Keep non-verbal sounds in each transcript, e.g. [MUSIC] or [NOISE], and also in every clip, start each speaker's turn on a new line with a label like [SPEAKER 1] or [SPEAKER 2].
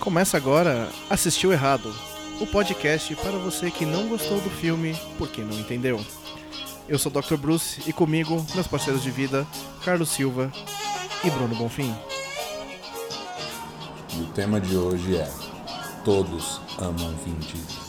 [SPEAKER 1] Começa agora Assistiu Errado, o podcast para você que não gostou do filme porque não entendeu. Eu sou o Dr. Bruce e comigo, meus parceiros de vida, Carlos Silva e Bruno Bonfim.
[SPEAKER 2] E o tema de hoje é Todos amam Vin Diesel.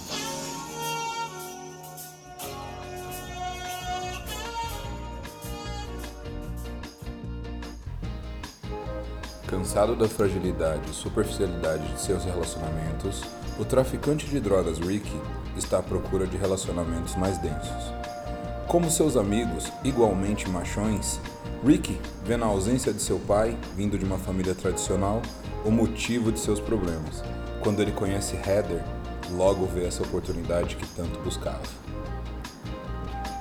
[SPEAKER 2] Cansado da fragilidade e superficialidade de seus relacionamentos, o traficante de drogas Rick está à procura de relacionamentos mais densos. Como seus amigos, igualmente machões, Rick vê na ausência de seu pai, vindo de uma família tradicional, o motivo de seus problemas. Quando ele conhece Heather, logo vê essa oportunidade que tanto buscava.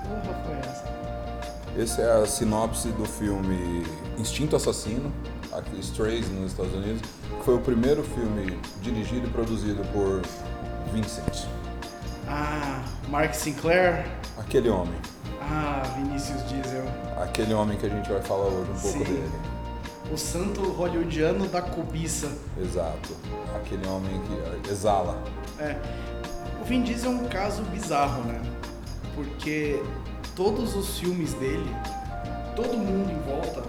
[SPEAKER 1] Porra, foi essa?
[SPEAKER 2] Essa é a sinopse do filme Instinto Assassino, aqui, Strays nos Estados Unidos, que foi o primeiro filme dirigido e produzido por Vincent,
[SPEAKER 1] Ah, Mark Sinclair.
[SPEAKER 2] aquele homem.
[SPEAKER 1] Ah, Vinícius Diesel.
[SPEAKER 2] Aquele homem que a gente vai falar hoje um pouco
[SPEAKER 1] Sim.
[SPEAKER 2] dele.
[SPEAKER 1] O santo hollywoodiano da cobiça.
[SPEAKER 2] Exato. Aquele homem que eh, exala.
[SPEAKER 1] É. O Vin Diesel é um caso bizarro, né? Porque todos os filmes dele, todo mundo em volta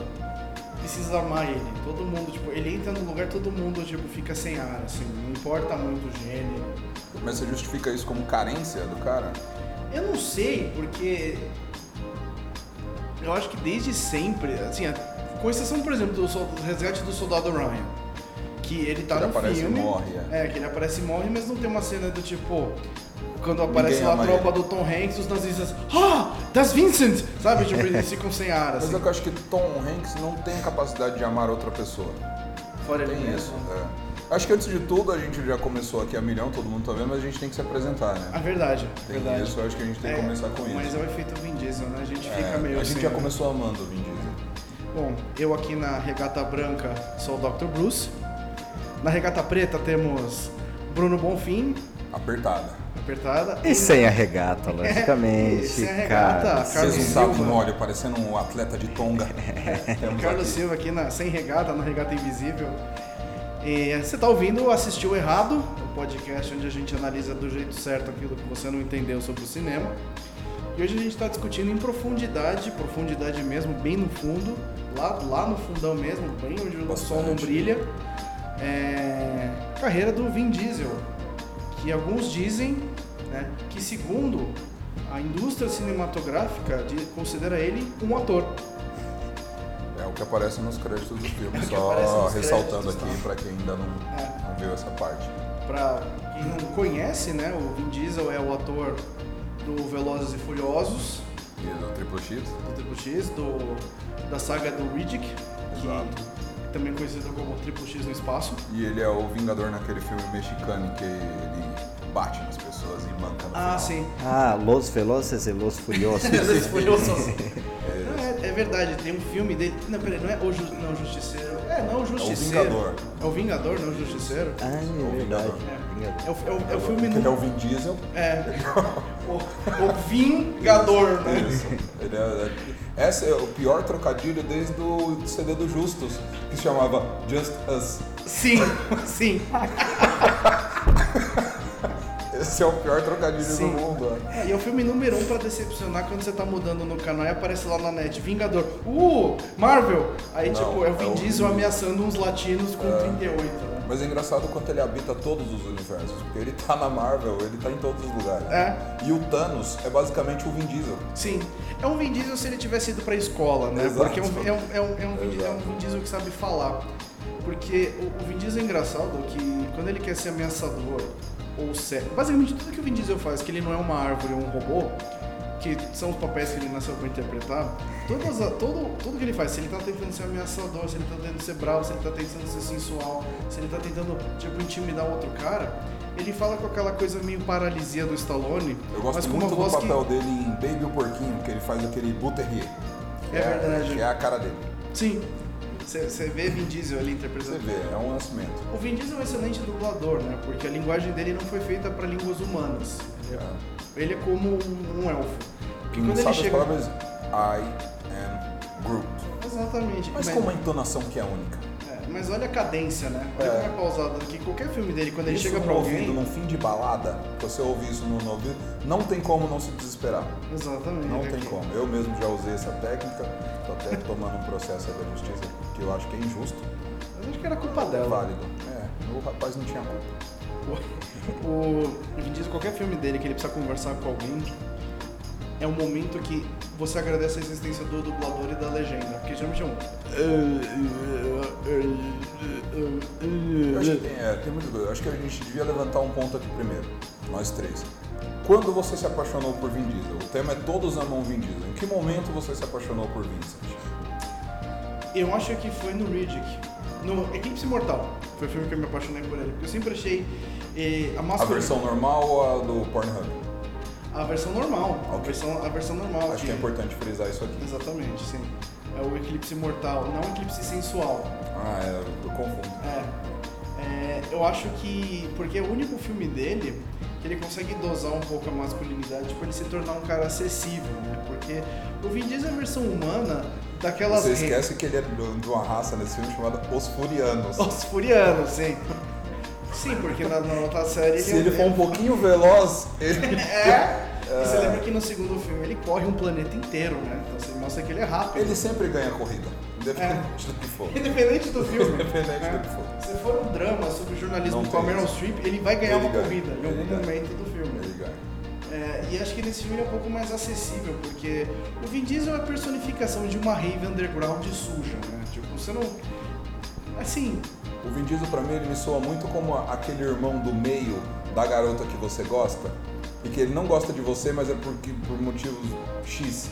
[SPEAKER 1] precisa amar ele. Todo mundo, tipo, ele entra no lugar, todo mundo, tipo, fica sem ar, assim. Não importa muito o gênero.
[SPEAKER 2] Mas você justifica isso como carência do cara?
[SPEAKER 1] Eu não sei, porque eu acho que desde sempre, assim, a- com exceção, por exemplo, do, sol- do resgate do soldado Ryan, que ele tá
[SPEAKER 2] Ele
[SPEAKER 1] no
[SPEAKER 2] aparece e
[SPEAKER 1] filme,
[SPEAKER 2] morre,
[SPEAKER 1] é. que ele aparece e morre, mas não tem uma cena do tipo quando aparece lá a
[SPEAKER 2] ama
[SPEAKER 1] tropa
[SPEAKER 2] ele.
[SPEAKER 1] do Tom Hanks, os nazistas, ah, that's Vincent, sabe, tipo, eles ficam sem ar,
[SPEAKER 2] Mas
[SPEAKER 1] assim,
[SPEAKER 2] é que eu acho que Tom Hanks não tem a capacidade de amar outra pessoa.
[SPEAKER 1] fora ele
[SPEAKER 2] Tem
[SPEAKER 1] mesmo.
[SPEAKER 2] isso. é. Acho que antes de tudo a gente já começou aqui a milhão, todo mundo tá vendo, mas a gente tem que se apresentar,
[SPEAKER 1] A
[SPEAKER 2] né?
[SPEAKER 1] Ah, verdade,
[SPEAKER 2] Tem
[SPEAKER 1] É verdade.
[SPEAKER 2] isso, eu acho que a gente tem que
[SPEAKER 1] É,
[SPEAKER 2] começar com
[SPEAKER 1] Mas
[SPEAKER 2] isso.
[SPEAKER 1] é o efeito Vin Diesel, né? A gente
[SPEAKER 2] É,
[SPEAKER 1] fica meio
[SPEAKER 2] a gente
[SPEAKER 1] assim,
[SPEAKER 2] já
[SPEAKER 1] né?
[SPEAKER 2] começou amando o Vin Diesel.
[SPEAKER 1] Bom, eu aqui na regata branca sou o Dr. Bruce. Na regata preta temos Bruno Bonfim,
[SPEAKER 2] Apertada.
[SPEAKER 1] apertada.
[SPEAKER 3] E
[SPEAKER 1] [LAUGHS]
[SPEAKER 3] sem a regata, logicamente.
[SPEAKER 1] E sem a
[SPEAKER 2] é
[SPEAKER 1] regata,
[SPEAKER 3] cara.
[SPEAKER 1] Carlos
[SPEAKER 2] Vocês um sapo
[SPEAKER 1] Silva.
[SPEAKER 2] no óleo, parecendo um atleta de
[SPEAKER 1] [LAUGHS]
[SPEAKER 2] tonga. Temos
[SPEAKER 1] Carlos
[SPEAKER 2] aqui.
[SPEAKER 1] Silva aqui na, sem regata, na regata invisível. E você está ouvindo o Assistiu Errado, o podcast onde a gente analisa do jeito certo aquilo que você não entendeu sobre o cinema. E hoje a gente está discutindo em profundidade, profundidade mesmo, bem no fundo, lá, lá no fundão mesmo, bem onde o sol não
[SPEAKER 2] Bastante.
[SPEAKER 1] brilha. É, carreira do Vin Diesel, que alguns dizem né, que segundo a indústria cinematográfica de- considera ele um ator.
[SPEAKER 2] É o que aparece nos créditos do filme,
[SPEAKER 1] É o que aparece
[SPEAKER 2] só
[SPEAKER 1] nos
[SPEAKER 2] ressaltando
[SPEAKER 1] créditos,
[SPEAKER 2] aqui
[SPEAKER 1] tá.
[SPEAKER 2] pra quem ainda não,
[SPEAKER 1] É.
[SPEAKER 2] não viu essa parte.
[SPEAKER 1] Pra quem não conhece, né, o Vin Diesel é o ator do Velozes e Furiosos,
[SPEAKER 2] E é do Triplo X,
[SPEAKER 1] do Triple X, do, da saga do Riddick, que
[SPEAKER 2] Exato.
[SPEAKER 1] é também conhecido como Triple X no espaço.
[SPEAKER 2] e ele é o Vingador naquele filme mexicano que ele bate nas pessoas e manca no final.
[SPEAKER 1] Ah,
[SPEAKER 2] É
[SPEAKER 1] sim.
[SPEAKER 3] Ah, Los Veloces e Los
[SPEAKER 2] [LAUGHS]
[SPEAKER 3] Furiosos.
[SPEAKER 1] Velozes e Furiosos. Não, é, é verdade, tem um filme dele. Não, peraí, não é o, Ju- não, o Justiceiro. É, não o Justiceiro.
[SPEAKER 2] Vingador.
[SPEAKER 1] É o Vingador, não o Justiceiro.
[SPEAKER 3] Ah, é verdade. Vingador.
[SPEAKER 1] É o, é o, é o filme.
[SPEAKER 2] Ele é
[SPEAKER 1] No,
[SPEAKER 2] o Vin Diesel.
[SPEAKER 1] é. O, o Vingador, né?
[SPEAKER 2] Isso. Ele é, é- esse é o pior trocadilho desde o CD do Justus, que se chamava Just Us.
[SPEAKER 1] Sim, sim.
[SPEAKER 2] Esse é o pior trocadilho
[SPEAKER 1] Sim.
[SPEAKER 2] do mundo. né?
[SPEAKER 1] É, E é o filme número um pra decepcionar quando você tá mudando no canal e aparece lá na net, Vingador, uh, Marvel! Aí,
[SPEAKER 2] Não,
[SPEAKER 1] tipo, é
[SPEAKER 2] é
[SPEAKER 1] o Vin
[SPEAKER 2] o-
[SPEAKER 1] Diesel ameaçando uns latinos com 38, né?
[SPEAKER 2] Mas é engraçado o quanto ele habita todos os universos, porque ele tá na Marvel, ele tá em todos os lugares.
[SPEAKER 1] É.
[SPEAKER 2] E o Thanos é basicamente o Vin Diesel.
[SPEAKER 1] Sim. É um Vin Diesel se ele tivesse ido pra escola, né?
[SPEAKER 2] Exato.
[SPEAKER 1] Porque é um, é um, é um, é um Vin, Di- é um
[SPEAKER 2] Exato.
[SPEAKER 1] Vin Diesel que sabe falar. Porque o, o Vin Diesel é engraçado que quando ele quer ser ameaçador ou sério. Basicamente tudo que o Vin Diesel faz, que ele não é uma árvore ou um robô, que são os papéis que ele nasceu pra interpretar, todas a- todo, tudo que ele faz, se ele tá tentando ser ameaçador, se ele tá tentando ser bravo, se ele tá tentando ser sensual, se ele tá tentando, tipo, intimidar outro cara, ele fala com aquela coisa meio paralisia do Stallone,
[SPEAKER 2] Eu gosto
[SPEAKER 1] mas com uma
[SPEAKER 2] muito do
[SPEAKER 1] voz que...
[SPEAKER 2] papel dele em Baby o Porquinho, que ele faz aquele Buterrier.
[SPEAKER 1] É verdade.
[SPEAKER 2] Que é a cara dele.
[SPEAKER 1] Sim. Você vê Vin Diesel ali
[SPEAKER 2] Você
[SPEAKER 1] interpretando.
[SPEAKER 2] vê, é um nascimento.
[SPEAKER 1] O Vin Diesel é um excelente dublador, né? Porque a linguagem dele não foi feita para línguas humanas. Ele é- Ele é como um, um elfo. Porque
[SPEAKER 2] Quem não
[SPEAKER 1] quando
[SPEAKER 2] sabe
[SPEAKER 1] ele
[SPEAKER 2] as
[SPEAKER 1] chega.
[SPEAKER 2] palavras, é I am Groot.
[SPEAKER 1] Exatamente.
[SPEAKER 2] Mas com uma entonação que é única.
[SPEAKER 1] É. Mas olha a cadência, né? Olha
[SPEAKER 2] É.
[SPEAKER 1] como é pausado. Que qualquer filme dele, quando ele
[SPEAKER 2] Isso
[SPEAKER 1] chega
[SPEAKER 2] num
[SPEAKER 1] pra alguém.
[SPEAKER 2] ouvido, né? num fim de balada, você ouve isso no no ouvido, não tem como não se desesperar.
[SPEAKER 1] Exatamente.
[SPEAKER 2] Não
[SPEAKER 1] né,
[SPEAKER 2] tem
[SPEAKER 1] que-
[SPEAKER 2] como. Eu mesmo já usei essa técnica, tô até [LAUGHS] tomando um processo aí da justiça, que eu acho que é injusto,
[SPEAKER 1] Mas acho que era culpa
[SPEAKER 2] é
[SPEAKER 1] dela.
[SPEAKER 2] válido. É, o rapaz não tinha culpa.
[SPEAKER 1] O, o Vin Diesel, qualquer filme dele que ele precisa conversar com alguém, é um momento que você agradece a existência do dublador e da legenda. Porque geralmente é
[SPEAKER 2] Eu acho que
[SPEAKER 1] um.
[SPEAKER 2] tem, é, tem muito coisa. Eu acho que a gente devia levantar um ponto aqui primeiro, nós três. Quando você se apaixonou por Vin Diesel? O tema é todos amam Vin Diesel. Em que momento você se apaixonou por Vincent?
[SPEAKER 1] Eu acho que foi no Riddick. No é Eclipse Mortal. Foi o filme que eu me apaixonei por ele. Porque eu sempre achei eh, a
[SPEAKER 2] A
[SPEAKER 1] máscara.
[SPEAKER 2] versão normal ou a do Pornhub?
[SPEAKER 1] A versão normal. A,
[SPEAKER 2] Ok.
[SPEAKER 1] versão, a versão normal.
[SPEAKER 2] Acho que é importante frisar isso aqui.
[SPEAKER 1] Exatamente, sim. É o eclipse mortal, não o eclipse sensual.
[SPEAKER 2] Ah, é, eu confundo.
[SPEAKER 1] É. É, eu acho que. Porque é o único filme dele que ele consegue dosar um pouco a masculinidade pra ele se tornar um cara acessível, né? Porque o Vin Diesel é a versão humana daquelas.
[SPEAKER 2] Você
[SPEAKER 1] re-
[SPEAKER 2] esquece que ele é do- de uma raça nesse filme chamada Os Furianos.
[SPEAKER 1] Os furianos, sim. Sim, porque na, na outra série
[SPEAKER 2] Se
[SPEAKER 1] é um-
[SPEAKER 2] ele for um pouquinho veloz, ele,
[SPEAKER 1] [LAUGHS] É. E você lembra que no segundo filme ele corre um planeta inteiro, né? Então você mostra que ele é rápido. [LAUGHS]
[SPEAKER 2] ele sempre ganha a corrida.
[SPEAKER 1] É.
[SPEAKER 2] Independente do que for.
[SPEAKER 1] Independente do filme.
[SPEAKER 2] Independente
[SPEAKER 1] né?
[SPEAKER 2] do que for.
[SPEAKER 1] Se for um drama sobre jornalismo
[SPEAKER 2] Não
[SPEAKER 1] com a
[SPEAKER 2] tem
[SPEAKER 1] Meryl
[SPEAKER 2] isso.
[SPEAKER 1] Streep, ele vai ganhar
[SPEAKER 2] Ele
[SPEAKER 1] uma
[SPEAKER 2] ganha,
[SPEAKER 1] corrida em
[SPEAKER 2] ele
[SPEAKER 1] algum
[SPEAKER 2] ganha.
[SPEAKER 1] momento do filme.
[SPEAKER 2] Ele ganha.
[SPEAKER 1] É, e acho que nesse filme ele é um pouco mais acessível, porque o Vin Diesel é a personificação de uma rave underground suja, né? Tipo, você não. Assim,
[SPEAKER 2] O Vin Diesel, pra mim, ele me soa muito como a- aquele irmão do meio da garota que você gosta. E que ele não gosta de você, mas é porque, por motivos X.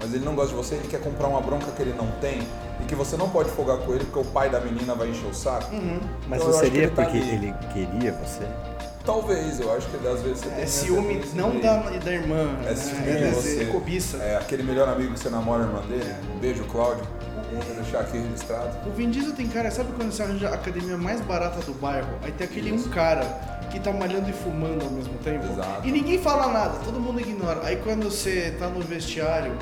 [SPEAKER 2] Mas ele não gosta de você, ele quer comprar uma bronca que ele não tem. E que você não pode folgar com ele, porque o pai da menina vai encher o saco.
[SPEAKER 1] Uhum.
[SPEAKER 3] Mas
[SPEAKER 2] Eu
[SPEAKER 3] não
[SPEAKER 2] acho que
[SPEAKER 3] seria
[SPEAKER 2] ele tá
[SPEAKER 3] porque
[SPEAKER 2] ali.
[SPEAKER 3] ele queria você?
[SPEAKER 2] Talvez, eu acho que às vezes você tem...
[SPEAKER 1] é
[SPEAKER 2] essa-
[SPEAKER 1] ciúme
[SPEAKER 2] esse
[SPEAKER 1] não
[SPEAKER 2] meio.
[SPEAKER 1] da, da irmã, né?
[SPEAKER 2] É ciúme de
[SPEAKER 1] é,
[SPEAKER 2] você.
[SPEAKER 1] desejo, é cobiça. É.
[SPEAKER 2] É, aquele melhor amigo que você namora, a irmã dele. Um beijo, Cláudio. Vou deixar aqui registrado.
[SPEAKER 1] O Vin Diesel tem cara, sabe quando você arranja a academia mais barata do bairro? Aí tem aquele um cara que tá malhando e fumando ao mesmo tempo.
[SPEAKER 2] Exato.
[SPEAKER 1] E ninguém fala nada, todo mundo ignora. Aí quando você tá no vestiário,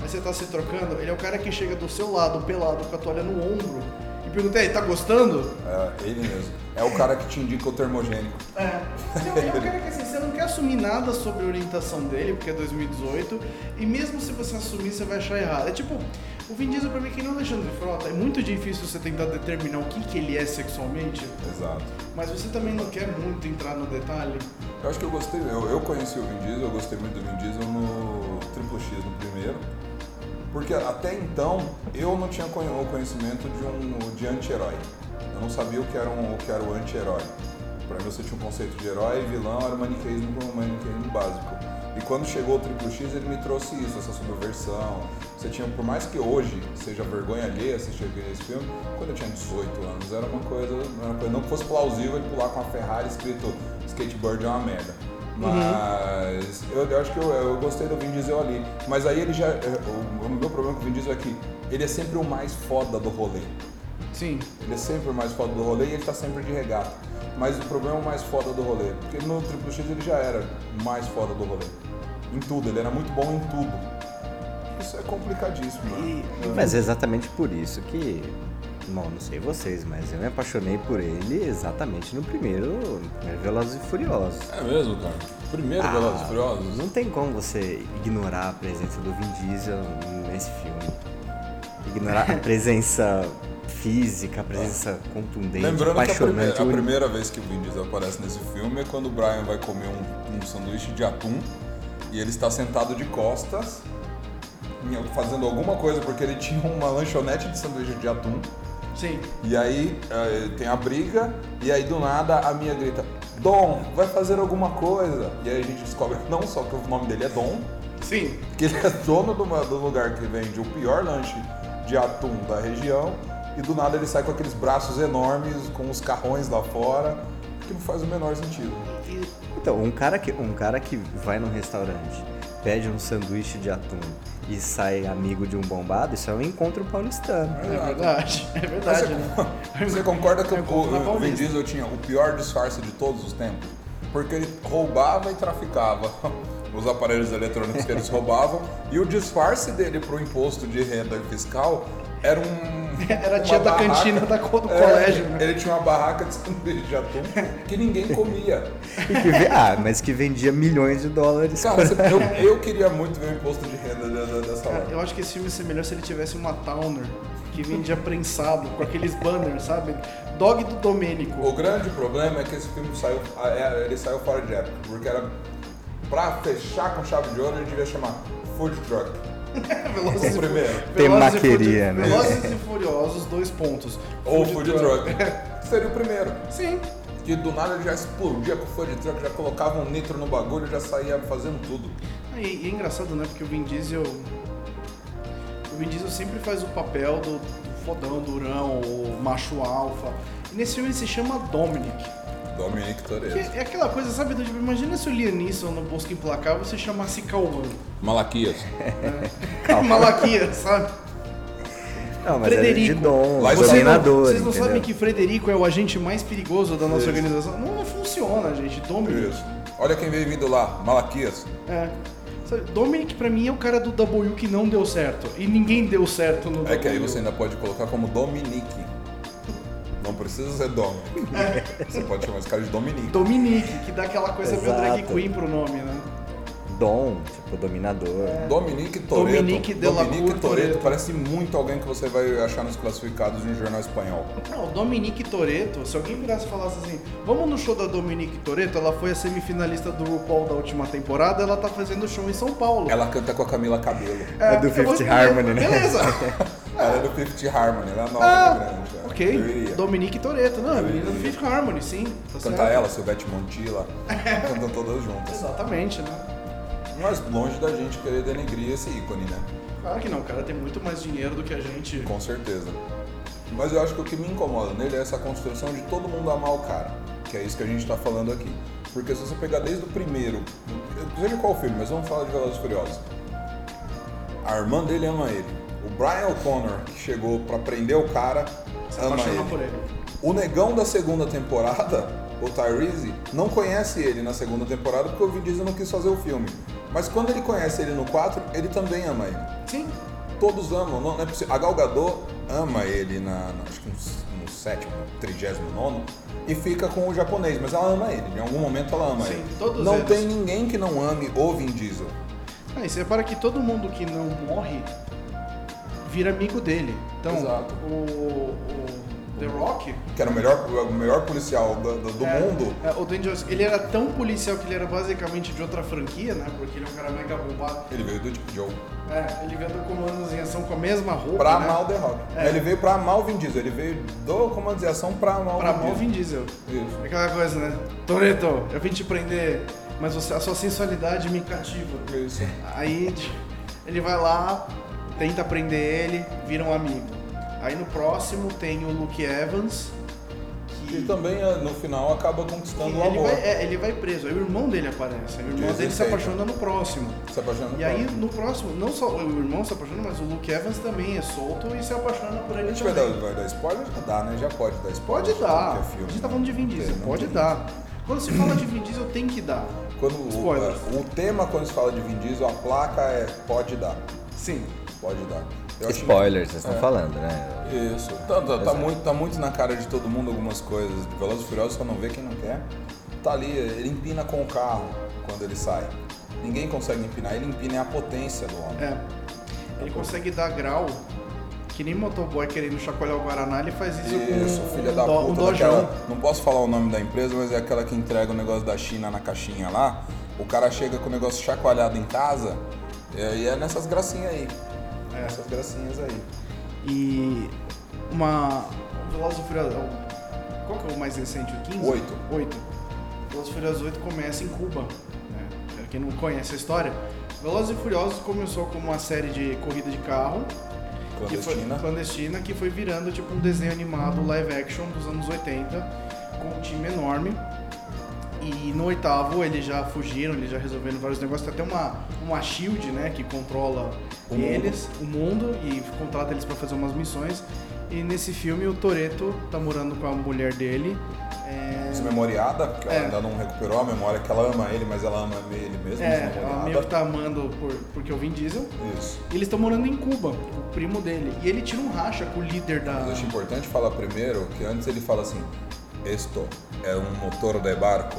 [SPEAKER 1] aí você tá se trocando, ele é o cara que chega do seu lado, pelado, com a toalha no ombro, e pergunta, aí, tá gostando?
[SPEAKER 2] É, ele mesmo. É
[SPEAKER 1] [LAUGHS]
[SPEAKER 2] o cara que te indica o termogênico.
[SPEAKER 1] É. Ele é um cara que assim, você não quer assumir nada sobre a orientação dele, porque é 2018, e mesmo se você assumir, você vai achar errado. É tipo, o Vin Diesel pra mim, que nem o Alexandre Frota, é muito difícil você tentar determinar o que, que ele é sexualmente.
[SPEAKER 2] Exato.
[SPEAKER 1] Mas você também não quer muito entrar no detalhe?
[SPEAKER 2] Eu acho que eu gostei, eu, eu conheci o Vin Diesel, eu gostei muito do Vin Diesel no Triple X, no primeiro. Porque até então eu não tinha conhe- o conhecimento de um de anti-herói. Eu não sabia o que era, um, o que era o anti-herói. Pra mim você tinha um conceito de herói, vilão, era o maniqueísmo como um maniqueísmo básico. E quando chegou o Triple X ele me trouxe isso, essa subversão. Você tinha, por mais que hoje seja vergonha alheia assistir aquele- esse filme, quando eu tinha 18 anos era uma coisa, era uma coisa não que fosse plausível ele pular com a Ferrari escrito skateboard é uma merda. Mas eu, eu acho que eu, eu gostei do Vin Diesel ali. Mas aí ele já. é, O, o meu problema com o Vin Diesel é que ele é sempre o mais foda do rolê.
[SPEAKER 1] Sim.
[SPEAKER 2] Ele é sempre o mais foda do rolê e ele tá sempre de regata. Mas o problema é o mais foda do rolê. Porque no Triple X ele já era o mais foda do rolê. Em tudo, ele era muito bom em tudo. Isso é complicadíssimo, né?
[SPEAKER 3] Mas é exatamente por isso que. Bom, não sei vocês, mas eu me apaixonei por ele exatamente no primeiro, no primeiro Velozes e Furiosos.
[SPEAKER 2] É mesmo, cara. Primeiro
[SPEAKER 3] Ah, Não tem como você ignorar a presença do Vin Diesel nesse filme. Ignorar
[SPEAKER 2] [LAUGHS]
[SPEAKER 3] a presença física, a presença contundente,
[SPEAKER 2] Lembrando que a primeira,
[SPEAKER 3] apaixonante.
[SPEAKER 2] a primeira vez que o Vin Diesel aparece nesse filme é quando o Brian vai comer um, um sanduíche de atum e ele está sentado de costas em- fazendo alguma coisa porque ele [LAUGHS] tinha uma lanchonete de sanduíche de atum
[SPEAKER 1] Sim.
[SPEAKER 2] e aí eh, tem a briga e aí do nada a minha grita Dom, vai fazer alguma coisa. E aí a gente descobre [LAUGHS] não só que o nome dele é Dom,
[SPEAKER 1] Sim.
[SPEAKER 2] que ele é dono de uma- do lugar que vende o pior lanche de atum da região e do nada ele sai com aqueles braços enormes, com os carrões lá fora, que não faz o menor sentido.
[SPEAKER 3] Então, um cara, que, um cara que vai num restaurante, pede um sanduíche de atum e sai amigo de um bombado, isso é um encontro paulistano.
[SPEAKER 1] É verdade. É
[SPEAKER 2] [LAUGHS]
[SPEAKER 1] verdade, né?
[SPEAKER 2] Você concorda que
[SPEAKER 1] É
[SPEAKER 2] o,
[SPEAKER 1] como na
[SPEAKER 2] o Vin
[SPEAKER 1] Paulista.
[SPEAKER 2] Diesel tinha o pior disfarce de todos os tempos? Porque ele roubava e traficava [LAUGHS] os aparelhos eletrônicos
[SPEAKER 1] [LAUGHS]
[SPEAKER 2] que eles roubavam. E o disfarce dele pro imposto de renda fiscal era um.
[SPEAKER 1] [LAUGHS] Era a
[SPEAKER 2] uma
[SPEAKER 1] tia da
[SPEAKER 2] barraca.
[SPEAKER 1] cantina da co- do
[SPEAKER 2] É,
[SPEAKER 1] colégio, né?
[SPEAKER 2] Ele tinha uma barraca de [LAUGHS] sanduíche de atum que ninguém comia.
[SPEAKER 1] [LAUGHS] É.
[SPEAKER 3] E [LAUGHS] que ve- ah, mas que vendia milhões de dólares.
[SPEAKER 2] Cara, você- eu, eu queria muito ver o imposto de renda de- de- dessa
[SPEAKER 1] Cara,
[SPEAKER 2] hora.
[SPEAKER 1] É, eu acho que esse filme ia ser melhor se ele tivesse uma Towner que vendia prensado com aqueles banners, sabe? Dog do [LAUGHS] Domênico.
[SPEAKER 2] O grande problema é que esse filme saiu, é, ele saiu fora de época, porque era pra fechar com chave de ouro, ele devia chamar Food Truck.
[SPEAKER 1] Velozes e Fu-
[SPEAKER 2] primeiro.
[SPEAKER 1] Velozes e Furi-
[SPEAKER 3] Temaqueria, né?
[SPEAKER 1] Velozes e Furiosos, dois pontos.
[SPEAKER 2] Ou
[SPEAKER 1] Food
[SPEAKER 2] Food
[SPEAKER 1] Truck.
[SPEAKER 2] Truck. [LAUGHS] Seria o primeiro.
[SPEAKER 1] Sim.
[SPEAKER 2] Que do nada ele já explodia com o Food Truck, já colocava um nitro no bagulho e já saía fazendo tudo.
[SPEAKER 1] Ah, E, e é engraçado, né? Porque o Vin Diesel... O Vin Diesel sempre faz o papel do, do fodão, durão, o macho alfa. E nesse filme ele se chama Dominic.
[SPEAKER 2] Dominic
[SPEAKER 1] Que
[SPEAKER 2] Torres.
[SPEAKER 1] é aquela coisa, sabe? Do tipo, imagina se o Lianisson no Bosque Implacável se chamasse Cauã.
[SPEAKER 2] Malaquias.
[SPEAKER 1] [LAUGHS] Malaquias, sabe?
[SPEAKER 3] Não, mas era de
[SPEAKER 1] Frederico.
[SPEAKER 3] dom,
[SPEAKER 2] Lá em São
[SPEAKER 1] Vocês não-
[SPEAKER 3] É dominador.
[SPEAKER 1] Vocês não
[SPEAKER 3] entendeu?
[SPEAKER 1] sabem que Frederico é o agente mais perigoso da nossa
[SPEAKER 2] Isso.
[SPEAKER 1] organização? Não, não funciona, gente. Dominic.
[SPEAKER 2] Isso. Olha quem veio vindo lá, Malaquias.
[SPEAKER 1] É. Sabe, Dominic pra mim é o cara do W que não deu certo. E ninguém deu certo no
[SPEAKER 2] É que aí
[SPEAKER 1] W.
[SPEAKER 2] você ainda pode colocar como Dominique. Não precisa ser [LAUGHS] Dominic. Você pode chamar esse cara de Dominique.
[SPEAKER 1] Dominique, que dá aquela coisa meio drag
[SPEAKER 3] Exato.
[SPEAKER 1] queen pro nome, né?
[SPEAKER 3] Dom, tipo, dominador.
[SPEAKER 2] Dominique Toreto.
[SPEAKER 1] Dominique Delacour
[SPEAKER 2] Dominique Toreto
[SPEAKER 1] Toretto.
[SPEAKER 2] parece muito alguém que você vai achar nos classificados de um jornal espanhol.
[SPEAKER 1] Não, Dominique Toreto, se alguém virasse e falasse assim, vamos no show da Dominique Toreto, ela foi a semifinalista do RuPaul da última temporada, ela tá fazendo show em São Paulo.
[SPEAKER 2] Ela canta com a Camila Cabelo.
[SPEAKER 3] É do
[SPEAKER 1] eu vou
[SPEAKER 3] 50
[SPEAKER 1] entender.
[SPEAKER 3] Harmony, né?
[SPEAKER 1] Beleza!
[SPEAKER 2] Ela é do Fifth Harmony, ela é nova,
[SPEAKER 1] Ah,
[SPEAKER 2] grande. é. [LAUGHS] Eu
[SPEAKER 1] Ok,
[SPEAKER 2] iria.
[SPEAKER 1] Dominique Toreto, não, a menina do Fifth Harmony, sim. Tá
[SPEAKER 2] Canta
[SPEAKER 1] certo.
[SPEAKER 2] ela, Silvete
[SPEAKER 1] [LAUGHS]
[SPEAKER 2] Montilla, cantam todas juntas.
[SPEAKER 1] Exatamente, né?
[SPEAKER 2] Mas longe da gente querer denegrir esse ícone, né?
[SPEAKER 1] Claro que não, o cara tem muito mais dinheiro do que a gente.
[SPEAKER 2] Com certeza. Mas eu acho que o que me incomoda nele é essa construção de todo mundo amar o cara. Que é isso que a gente tá falando aqui. Porque se você pegar desde o primeiro, seja qual filme, mas vamos falar de Velozes e Furiosos. A irmã dele ama ele. O Brian O'Connor, que chegou pra prender o cara, ama
[SPEAKER 1] Apaixonar
[SPEAKER 2] ele.
[SPEAKER 1] por ele.
[SPEAKER 2] O negão da segunda temporada, o Tyrese, não conhece ele na segunda temporada porque o Vin Diesel não quis fazer o filme. Mas quando ele conhece ele no 4, ele também ama ele.
[SPEAKER 1] Sim.
[SPEAKER 2] Todos amam, não, não é possível. A Galgador ama ele na, na- acho que no, s- no sétimo, trigésimo nono, e fica com o japonês, mas ela ama ele. Em algum momento ela ama
[SPEAKER 1] Sim,
[SPEAKER 2] ele.
[SPEAKER 1] todos
[SPEAKER 2] não
[SPEAKER 1] eles.
[SPEAKER 2] tem ninguém que não ame o Vin Diesel.
[SPEAKER 1] Ah, e você repara que todo mundo que não morre vira amigo dele. Então,
[SPEAKER 2] Exato.
[SPEAKER 1] O, o The Rock.
[SPEAKER 2] Que era o melhor, o melhor policial do, do- do
[SPEAKER 1] é,
[SPEAKER 2] mundo.
[SPEAKER 1] é, o Dwayne Johnson, ele era tão policial que ele era basicamente de outra franquia, né? Porque ele é um cara mega bombado.
[SPEAKER 2] Ele veio do Deep Joe.
[SPEAKER 1] É, ele vendo comandos em ação com a mesma roupa.
[SPEAKER 2] Pra
[SPEAKER 1] né?
[SPEAKER 2] amar o The Rock.
[SPEAKER 1] É.
[SPEAKER 2] Ele veio pra amar o Vin Diesel. Ele veio do comando de ação pra amar o
[SPEAKER 1] Pra
[SPEAKER 2] Vin
[SPEAKER 1] mal
[SPEAKER 2] Diesel.
[SPEAKER 1] Vin Diesel.
[SPEAKER 2] Isso.
[SPEAKER 1] É Aquela coisa, né? Toreto, eu vim te prender, mas você- a sua sensualidade me cativa.
[SPEAKER 2] Isso.
[SPEAKER 1] Aí ele vai lá, tenta prender ele, vira um amigo. Aí no próximo tem o Luke Evans, que,
[SPEAKER 2] E também, eh, no final, acaba
[SPEAKER 1] que
[SPEAKER 2] conquistando o
[SPEAKER 1] ele,
[SPEAKER 2] amor.
[SPEAKER 1] vai, é, ele vai preso. Aí o irmão dele aparece. Aí o irmão
[SPEAKER 2] Dizem
[SPEAKER 1] dele se
[SPEAKER 2] sempre.
[SPEAKER 1] apaixona no próximo.
[SPEAKER 2] Se apaixonando
[SPEAKER 1] E aí no próximo, não só o irmão se apaixona, mas o Luke Evans também é solto e se apaixona por
[SPEAKER 2] A
[SPEAKER 1] ele
[SPEAKER 2] gente vai
[SPEAKER 1] também.
[SPEAKER 2] dar, vai dar spoiler? Já dá, né? Já pode dar spoiler.
[SPEAKER 1] Pode dar.
[SPEAKER 2] porque é filme,
[SPEAKER 1] A gente tá
[SPEAKER 2] né?
[SPEAKER 1] falando de Vin
[SPEAKER 2] Não tem,
[SPEAKER 1] Diesel,
[SPEAKER 2] não
[SPEAKER 1] pode
[SPEAKER 2] tem.
[SPEAKER 1] dar. Quando se fala de Vin Diesel, tem que dar.
[SPEAKER 2] Quando o,
[SPEAKER 1] Spoiler.
[SPEAKER 2] eh, o tema, quando se fala de Vin Diesel, a placa é pode dar.
[SPEAKER 1] Sim.
[SPEAKER 2] Pode dar. Eu acho-
[SPEAKER 3] Spoilers, vocês estão
[SPEAKER 2] É.
[SPEAKER 3] falando, né?
[SPEAKER 2] Isso. Tá, tá- tá muito, tá muito na cara de todo mundo algumas coisas. De Velozes e Furiosos só não vê quem não quer. Tá ali, ele empina com o carro quando ele sai. Ninguém consegue empinar, ele empina é a potência do homem.
[SPEAKER 1] É. Ele consegue dar grau, que nem motoboy querendo chacoalhar o Guaraná, ele faz isso,
[SPEAKER 2] Isso,
[SPEAKER 1] com um-
[SPEAKER 2] filha
[SPEAKER 1] um
[SPEAKER 2] da
[SPEAKER 1] do-
[SPEAKER 2] puta.
[SPEAKER 1] um
[SPEAKER 2] daquela-
[SPEAKER 1] dojão.
[SPEAKER 2] não posso falar o nome da empresa, mas é aquela que entrega o negócio da China na caixinha lá. O cara chega com o negócio chacoalhado em casa é, e é nessas gracinhas aí.
[SPEAKER 1] É.
[SPEAKER 2] Nessas gracinhas aí.
[SPEAKER 1] E uma... O Velozes e Furiosos... o- Qual que é o mais recente? O 15?
[SPEAKER 2] Oito.
[SPEAKER 1] Oito. Velozes e Furiosos 8 começa em Cuba. Né? Pra quem não conhece a história, Velozes e Furiosos começou como uma série de corrida de carro, que foi
[SPEAKER 2] Clandestina.
[SPEAKER 1] clandestina, que foi virando tipo um desenho animado live action dos anos 80, com um time enorme. E no oitavo eles já fugiram, eles já resolveram vários negócios. Tem até uma, uma shield, né, que controla
[SPEAKER 2] O mundo.
[SPEAKER 1] eles, o mundo, e contrata eles pra fazer umas missões. E nesse filme o Toreto tá morando com a mulher dele. É,
[SPEAKER 2] Desmemoriada, porque ela
[SPEAKER 1] É.
[SPEAKER 2] ainda não recuperou a memória, que ela ama ele, mas ela ama ele mesmo,
[SPEAKER 1] é ela meio que
[SPEAKER 2] desmemoriada.
[SPEAKER 1] tá amando por, porque eu Vin Diesel.
[SPEAKER 2] Isso.
[SPEAKER 1] E eles estão morando em Cuba, com o primo dele. E ele tira um racha com o líder da.
[SPEAKER 2] Mas acho importante falar primeiro que antes ele fala assim: Esto é um motor de barco.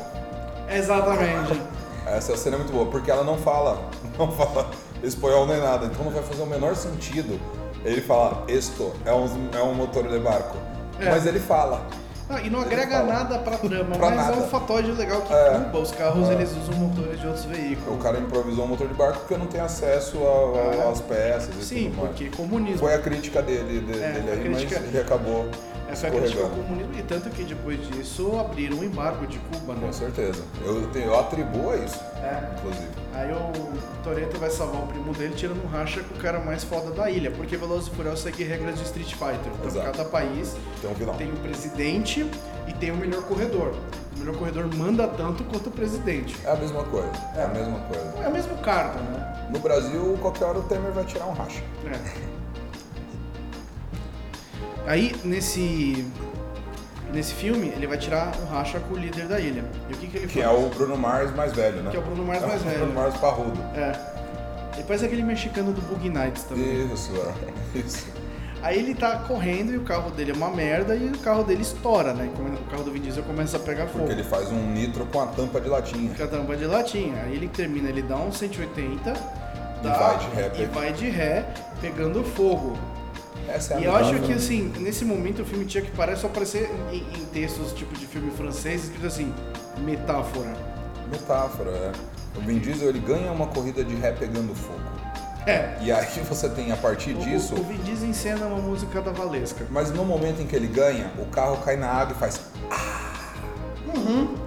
[SPEAKER 1] Exatamente.
[SPEAKER 2] Essa cena é muito boa, porque ela não fala, [LAUGHS] não fala espanhol nem nada, então não vai fazer o menor sentido ele falar: Esto é um, é um motor de barco.
[SPEAKER 1] É.
[SPEAKER 2] Mas ele fala.
[SPEAKER 1] Ah, e não agrega
[SPEAKER 2] fala.
[SPEAKER 1] nada pra trama,
[SPEAKER 2] Pra
[SPEAKER 1] mas é
[SPEAKER 2] nada.
[SPEAKER 1] um fatóide legal que
[SPEAKER 2] É.
[SPEAKER 1] Cuba, os carros
[SPEAKER 2] É.
[SPEAKER 1] eles usam motores de outros
[SPEAKER 2] O
[SPEAKER 1] veículos.
[SPEAKER 2] cara improvisou um motor de barco porque não tem acesso ao-
[SPEAKER 1] É.
[SPEAKER 2] às peças e
[SPEAKER 1] Sim,
[SPEAKER 2] tudo mais.
[SPEAKER 1] porque comunismo.
[SPEAKER 2] Foi a crítica dele, de-
[SPEAKER 1] É,
[SPEAKER 2] dele
[SPEAKER 1] a
[SPEAKER 2] aí,
[SPEAKER 1] crítica-
[SPEAKER 2] mas ele acabou
[SPEAKER 1] Essa é crítica ao
[SPEAKER 2] escorregando.
[SPEAKER 1] comunismo. E tanto que depois disso abriram o embargo de Cuba, né?
[SPEAKER 2] Com certeza. Eu, tenho- eu atribuo a isso,
[SPEAKER 1] É.
[SPEAKER 2] inclusive.
[SPEAKER 1] Aí o Toreto vai salvar o primo dele tirando um racha com o cara mais foda da ilha, porque Velozes e Furiosos segue regras de Street Fighter. Então
[SPEAKER 2] Exato.
[SPEAKER 1] cada país
[SPEAKER 2] Tem um vilão.
[SPEAKER 1] tem o presidente e tem o melhor corredor. O melhor corredor manda tanto quanto o presidente.
[SPEAKER 2] É a mesma coisa. É a mesma coisa.
[SPEAKER 1] É o mesmo cargo, né?
[SPEAKER 2] No Brasil, qualquer hora o Temer vai tirar um racha.
[SPEAKER 1] É. Aí, nesse. Nesse filme, ele vai tirar um racha com o líder da ilha. E o que, que ele
[SPEAKER 2] Que é
[SPEAKER 1] faz?
[SPEAKER 2] o Bruno Mars mais velho, né?
[SPEAKER 1] Que é o Bruno Mars mais
[SPEAKER 2] o
[SPEAKER 1] velho.
[SPEAKER 2] Bruno Mars parrudo.
[SPEAKER 1] É. Ele parece aquele mexicano do Boogie Nights também.
[SPEAKER 2] Isso,
[SPEAKER 1] [LAUGHS]
[SPEAKER 2] é. Isso.
[SPEAKER 1] Aí ele tá correndo e o carro dele é uma merda e o carro dele estoura, né? Come- O carro do Vin Diesel começa a pegar fogo.
[SPEAKER 2] Porque ele faz um nitro com a tampa de latinha.
[SPEAKER 1] Fica a tampa de latinha. Aí ele termina, ele dá um 180
[SPEAKER 2] E
[SPEAKER 1] dá-
[SPEAKER 2] vai de ré,
[SPEAKER 1] Tá. e
[SPEAKER 2] pega.
[SPEAKER 1] vai de ré pegando fogo.
[SPEAKER 2] Essa é a
[SPEAKER 1] E eu acho
[SPEAKER 2] metáfora.
[SPEAKER 1] que, assim, nesse momento o filme tinha que parar só aparecer em, em textos tipo de filme francês escrito assim, metáfora.
[SPEAKER 2] Metáfora, é. O Vin Diesel, ele ganha uma corrida de ré pegando fogo.
[SPEAKER 1] É.
[SPEAKER 2] E aí [LAUGHS] você tem, a partir
[SPEAKER 1] O,
[SPEAKER 2] disso...
[SPEAKER 1] o Vin Diesel encena uma música da Valesca.
[SPEAKER 2] Mas no momento em que ele ganha, o carro cai na água e faz... "Ah!"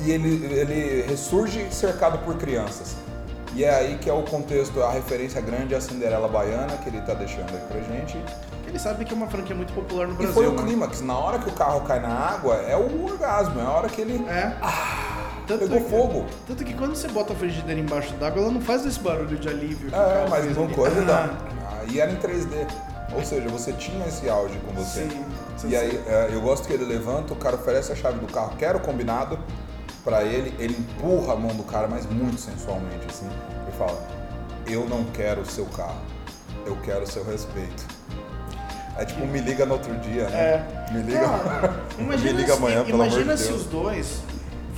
[SPEAKER 2] E ele, ele ressurge cercado por crianças. E é aí que é o contexto, a referência grande à Cinderela Baiana, que ele tá deixando aí pra gente.
[SPEAKER 1] Ele sabe que é uma franquia muito popular no
[SPEAKER 2] E
[SPEAKER 1] Brasil.
[SPEAKER 2] foi um o
[SPEAKER 1] né?
[SPEAKER 2] clímax. Na hora que o carro cai na água, é o orgasmo. É a hora que ele
[SPEAKER 1] É. tanto
[SPEAKER 2] Ah,
[SPEAKER 1] é
[SPEAKER 2] pegou
[SPEAKER 1] que-
[SPEAKER 2] fogo.
[SPEAKER 1] Tanto que quando você bota a frigideira embaixo d'água, ela não faz esse barulho de alívio que o
[SPEAKER 2] É,
[SPEAKER 1] carro
[SPEAKER 2] mas
[SPEAKER 1] fez
[SPEAKER 2] não
[SPEAKER 1] ali.
[SPEAKER 2] coisa
[SPEAKER 1] Ah,
[SPEAKER 2] não. E era em 3D. Ou seja, você tinha esse áudio com você.
[SPEAKER 1] Sim.
[SPEAKER 2] E aí, é, eu gosto que ele levanta, o cara oferece a chave do carro, quero combinado pra ele, ele empurra a mão do cara, mas muito sensualmente, assim, e fala, eu não quero o seu carro, eu quero o seu respeito. É tipo, me liga no outro dia, né?
[SPEAKER 1] É.
[SPEAKER 2] Me liga,
[SPEAKER 1] Não,
[SPEAKER 2] me
[SPEAKER 1] É, imagina
[SPEAKER 2] liga
[SPEAKER 1] se,
[SPEAKER 2] amanhã, pelo amor de
[SPEAKER 1] imagina
[SPEAKER 2] Deus.
[SPEAKER 1] se os dois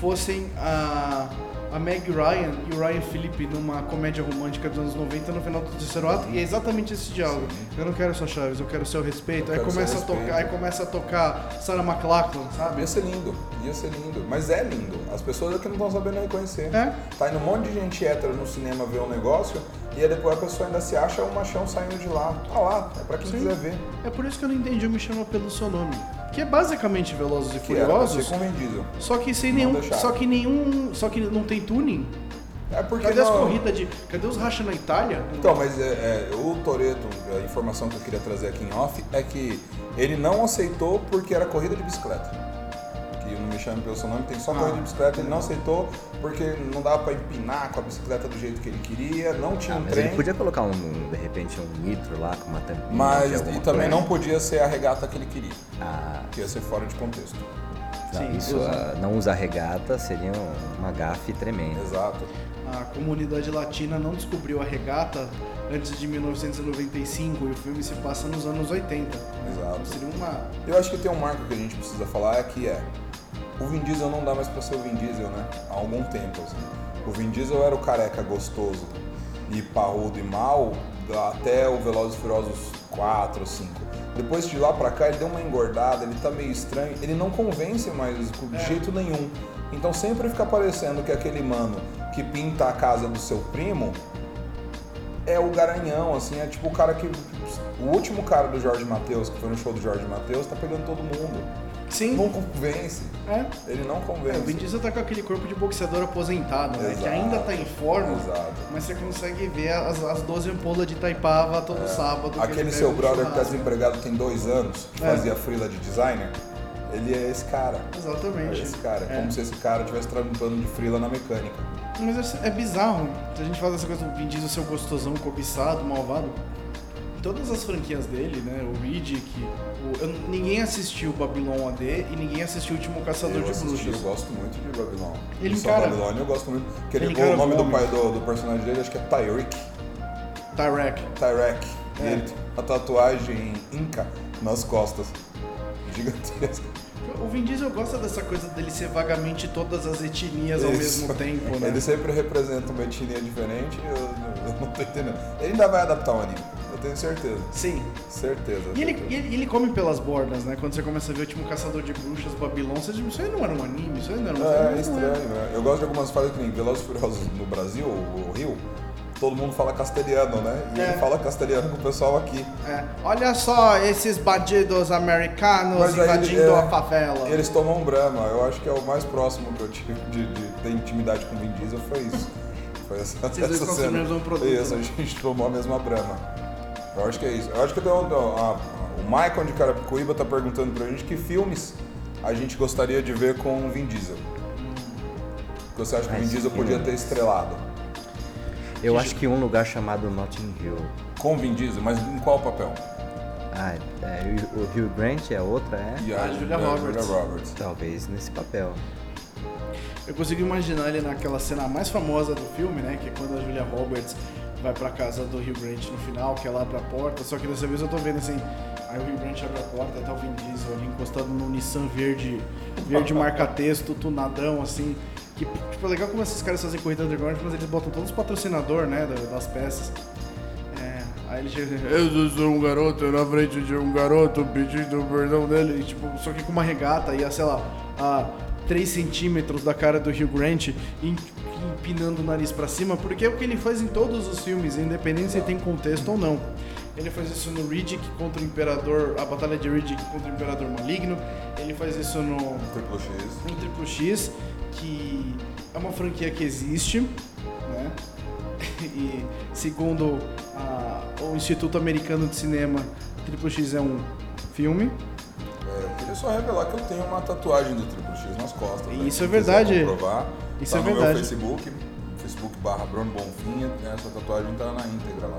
[SPEAKER 1] fossem a, a Meg Ryan e o Ryan Phillippe numa comédia romântica dos anos 90 no final do terceiro ato, e é exatamente esse diálogo. Eu não quero suas chaves, eu quero seu respeito.
[SPEAKER 2] Eu
[SPEAKER 1] Aí
[SPEAKER 2] quero seu
[SPEAKER 1] começa, a
[SPEAKER 2] respeito.
[SPEAKER 1] tocar, aí começa a tocar Sarah McLachlan, sabe?
[SPEAKER 2] Ah, Ia ser lindo, ia ser lindo. Mas é lindo. As pessoas aqui não estão sabendo reconhecer.
[SPEAKER 1] É.
[SPEAKER 2] Tá indo um monte de gente hétero no cinema ver um negócio e aí depois a pessoa ainda se acha um machão saindo de lá. Ah lá, é pra quem
[SPEAKER 1] Sim.
[SPEAKER 2] quiser ver.
[SPEAKER 1] É por isso que eu não entendi o Me Chama Pelo Seu Nome. Que é basicamente Velozes e
[SPEAKER 2] Que é, era pra ser
[SPEAKER 1] Furiosos,
[SPEAKER 2] com Vin Diesel.
[SPEAKER 1] só que sem
[SPEAKER 2] Não
[SPEAKER 1] nenhum...
[SPEAKER 2] deixaram.
[SPEAKER 1] Só que nenhum... Só que não tem tuning.
[SPEAKER 2] É porque
[SPEAKER 1] Cadê as
[SPEAKER 2] não-
[SPEAKER 1] corridas de... Cadê os racha na Itália?
[SPEAKER 2] Então, mas é, é, o Toreto, a informação que eu queria trazer aqui em off é que ele não aceitou porque era corrida de bicicleta. Que não me chame pelo seu nome, tem só
[SPEAKER 1] Ah.
[SPEAKER 2] corrida de bicicleta. Ele não aceitou porque não dava pra empinar com a bicicleta do jeito que ele queria, não tinha
[SPEAKER 3] Ah,
[SPEAKER 2] um
[SPEAKER 3] mas
[SPEAKER 2] trem.
[SPEAKER 3] ele podia colocar um, um, de repente, um nitro lá com uma tampinha.
[SPEAKER 2] Mas
[SPEAKER 3] de alguma
[SPEAKER 2] e também
[SPEAKER 3] coisa.
[SPEAKER 2] não podia ser a regata que ele queria,
[SPEAKER 3] Ah,
[SPEAKER 2] que ia ser fora de contexto.
[SPEAKER 3] Uhum. não,
[SPEAKER 1] Sim,
[SPEAKER 3] isso,
[SPEAKER 1] usa.
[SPEAKER 3] ah, não usar regata seria uma gafe tremenda.
[SPEAKER 2] Exato.
[SPEAKER 1] A comunidade latina não descobriu a regata antes de 1995 e o filme se passa nos anos 80.
[SPEAKER 2] Exato.
[SPEAKER 1] Seria uma...
[SPEAKER 2] Eu acho que tem um marco que a gente precisa falar é que é o Vin Diesel não dá mais pra ser o Vin Diesel, né? Há algum tempo, assim. O Vin Diesel era o careca gostoso e parrudo e mal até o Velozes e Furiosos 4, 5. Depois de lá pra cá, ele deu uma engordada, ele tá meio estranho, ele não convence mais de jeito nenhum. Então sempre fica parecendo que é aquele mano que pinta a casa do seu primo é o garanhão, assim, é tipo o cara que. O último cara do Jorge Matheus, que foi no show do Jorge Matheus, tá pegando todo mundo.
[SPEAKER 1] Sim,
[SPEAKER 2] Não convence.
[SPEAKER 1] é.
[SPEAKER 2] Ele não
[SPEAKER 1] É, o Vin
[SPEAKER 2] convence.
[SPEAKER 1] Diesel tá com aquele corpo de boxeador aposentado, né? Que
[SPEAKER 2] Exato.
[SPEAKER 1] ainda tá em forma,
[SPEAKER 2] Exato.
[SPEAKER 1] mas você consegue ver as, as 12 ampolas de Taipava todo sábado. que ele
[SPEAKER 2] É. Aquele
[SPEAKER 1] pega
[SPEAKER 2] seu
[SPEAKER 1] no
[SPEAKER 2] brother que tá
[SPEAKER 1] churrasco.
[SPEAKER 2] desempregado tem dois anos, que
[SPEAKER 1] É.
[SPEAKER 2] fazia frila de designer, Ele é esse cara. É
[SPEAKER 1] Exatamente.
[SPEAKER 2] esse cara. É
[SPEAKER 1] É.
[SPEAKER 2] como se esse cara estivesse trampando de frila na mecânica.
[SPEAKER 1] Mas é, é bizarro se a gente faz essa coisa do Vin Diesel ser o gostosão, cobiçado, malvado. Todas as franquias dele, né? O Riddick, o, eu- ninguém assistiu Babylon AD e ninguém assistiu O Último Caçador
[SPEAKER 2] eu
[SPEAKER 1] de
[SPEAKER 2] assisti,
[SPEAKER 1] Bruxas.
[SPEAKER 2] eu gosto muito de Babylon.
[SPEAKER 1] Ele
[SPEAKER 2] Só
[SPEAKER 1] encara-
[SPEAKER 2] Babilônia eu gosto muito. Porque ele
[SPEAKER 1] Ele
[SPEAKER 2] levou o
[SPEAKER 1] encara
[SPEAKER 2] nome do, pai,
[SPEAKER 1] homens.
[SPEAKER 2] do, do personagem dele, acho que é Tyrick.
[SPEAKER 1] Tarek.
[SPEAKER 2] Tyrek. E
[SPEAKER 1] É.
[SPEAKER 2] ele, a tatuagem inca nas costas. Gigantesca.
[SPEAKER 1] O Vin Diesel gosta dessa coisa dele ser vagamente todas as etnias ao
[SPEAKER 2] Isso.
[SPEAKER 1] mesmo tempo, né?
[SPEAKER 2] Ele sempre representa uma etnia diferente eu, eu não tô entendendo. Ele ainda vai adaptar o anime, eu tenho certeza.
[SPEAKER 1] Sim.
[SPEAKER 2] Certeza.
[SPEAKER 1] E ele, e ele- e ele come pelas bordas, né? Quando você começa a ver o último Caçador de Bruxas, Babilônia, você diz, isso aí não era um anime, isso aí não era um
[SPEAKER 2] É,
[SPEAKER 1] filme,
[SPEAKER 2] é
[SPEAKER 1] não era.
[SPEAKER 2] estranho. né? Eu gosto de algumas falas que nem Velozes e Furiosos no Brasil, o Rio, todo mundo fala castelhano, né? E
[SPEAKER 1] É.
[SPEAKER 2] ele fala castelhano com o pessoal aqui.
[SPEAKER 1] É, olha só esses bandidos americanos
[SPEAKER 2] Mas aí ele-
[SPEAKER 1] invadindo
[SPEAKER 2] é,
[SPEAKER 1] a favela.
[SPEAKER 2] E eles tomam um brama. Eu acho que é o mais próximo que eu tive de, de ter intimidade com o Vin Diesel foi isso. Foi essa,
[SPEAKER 1] Vocês dois
[SPEAKER 2] essa
[SPEAKER 1] consumem
[SPEAKER 2] cena.
[SPEAKER 1] o mesmo produto,
[SPEAKER 2] Isso, a
[SPEAKER 1] né?
[SPEAKER 2] gente tomou a mesma brama. Eu acho que é isso. Eu acho que tem um- a- o Michael de Carapicuíba tá perguntando pra gente que filmes a gente gostaria de ver com o Vin Diesel. Que você acha que o Vin
[SPEAKER 3] Mas
[SPEAKER 2] Diesel podia
[SPEAKER 3] filmes.
[SPEAKER 2] ter estrelado?
[SPEAKER 3] Eu acho que um lugar chamado Notting Hill.
[SPEAKER 2] Com o Vin Diesel, mas em qual papel?
[SPEAKER 3] Ah, é, e o Hugh Grant é outra, é?
[SPEAKER 2] E
[SPEAKER 1] A Ah, Julia Roberts.
[SPEAKER 2] Roberts.
[SPEAKER 3] Talvez nesse papel.
[SPEAKER 1] Eu consigo imaginar ele naquela cena mais famosa do filme, né? Que é quando a Julia Roberts vai pra casa do Rio Grant no final, que ela abre a porta. Só que dessa vez eu tô vendo assim, aí o Rio Grant abre a porta, tá o Vin Diesel ali encostado no Nissan verde, verde marca-texto, tunadão, assim. Que, tipo, é legal como esses caras fazem corrida underground, mas eles botam todos os patrocinadores, né? da- Das peças. É, aí ele chega assim, eu sou um garoto na frente de um garoto pedindo o perdão dele, e, tipo, só que com uma regata e, a, sei lá, a 3 centímetros da cara do Hugh Grant e em- empinando o nariz pra cima, porque é o que ele faz em todos os filmes, independente se tem contexto ou não. Ele faz isso no Riddick contra o Imperador, a batalha de Riddick contra o Imperador Maligno, ele faz isso no
[SPEAKER 2] Triple X.
[SPEAKER 1] um Triple X, que é uma franquia que existe, né? [LAUGHS] E segundo a- o Instituto Americano de Cinema, Triple X é um filme. [LAUGHS]
[SPEAKER 2] É, eu queria só revelar que eu tenho uma tatuagem do Triple X nas costas. né?
[SPEAKER 1] Isso
[SPEAKER 2] Quem
[SPEAKER 1] é verdade.
[SPEAKER 2] quiser Comprovar,
[SPEAKER 1] Isso
[SPEAKER 2] tá
[SPEAKER 1] é
[SPEAKER 2] no
[SPEAKER 1] verdade.
[SPEAKER 2] meu Facebook, Facebook barra Bruno Bonfim, essa tatuagem tá na íntegra lá.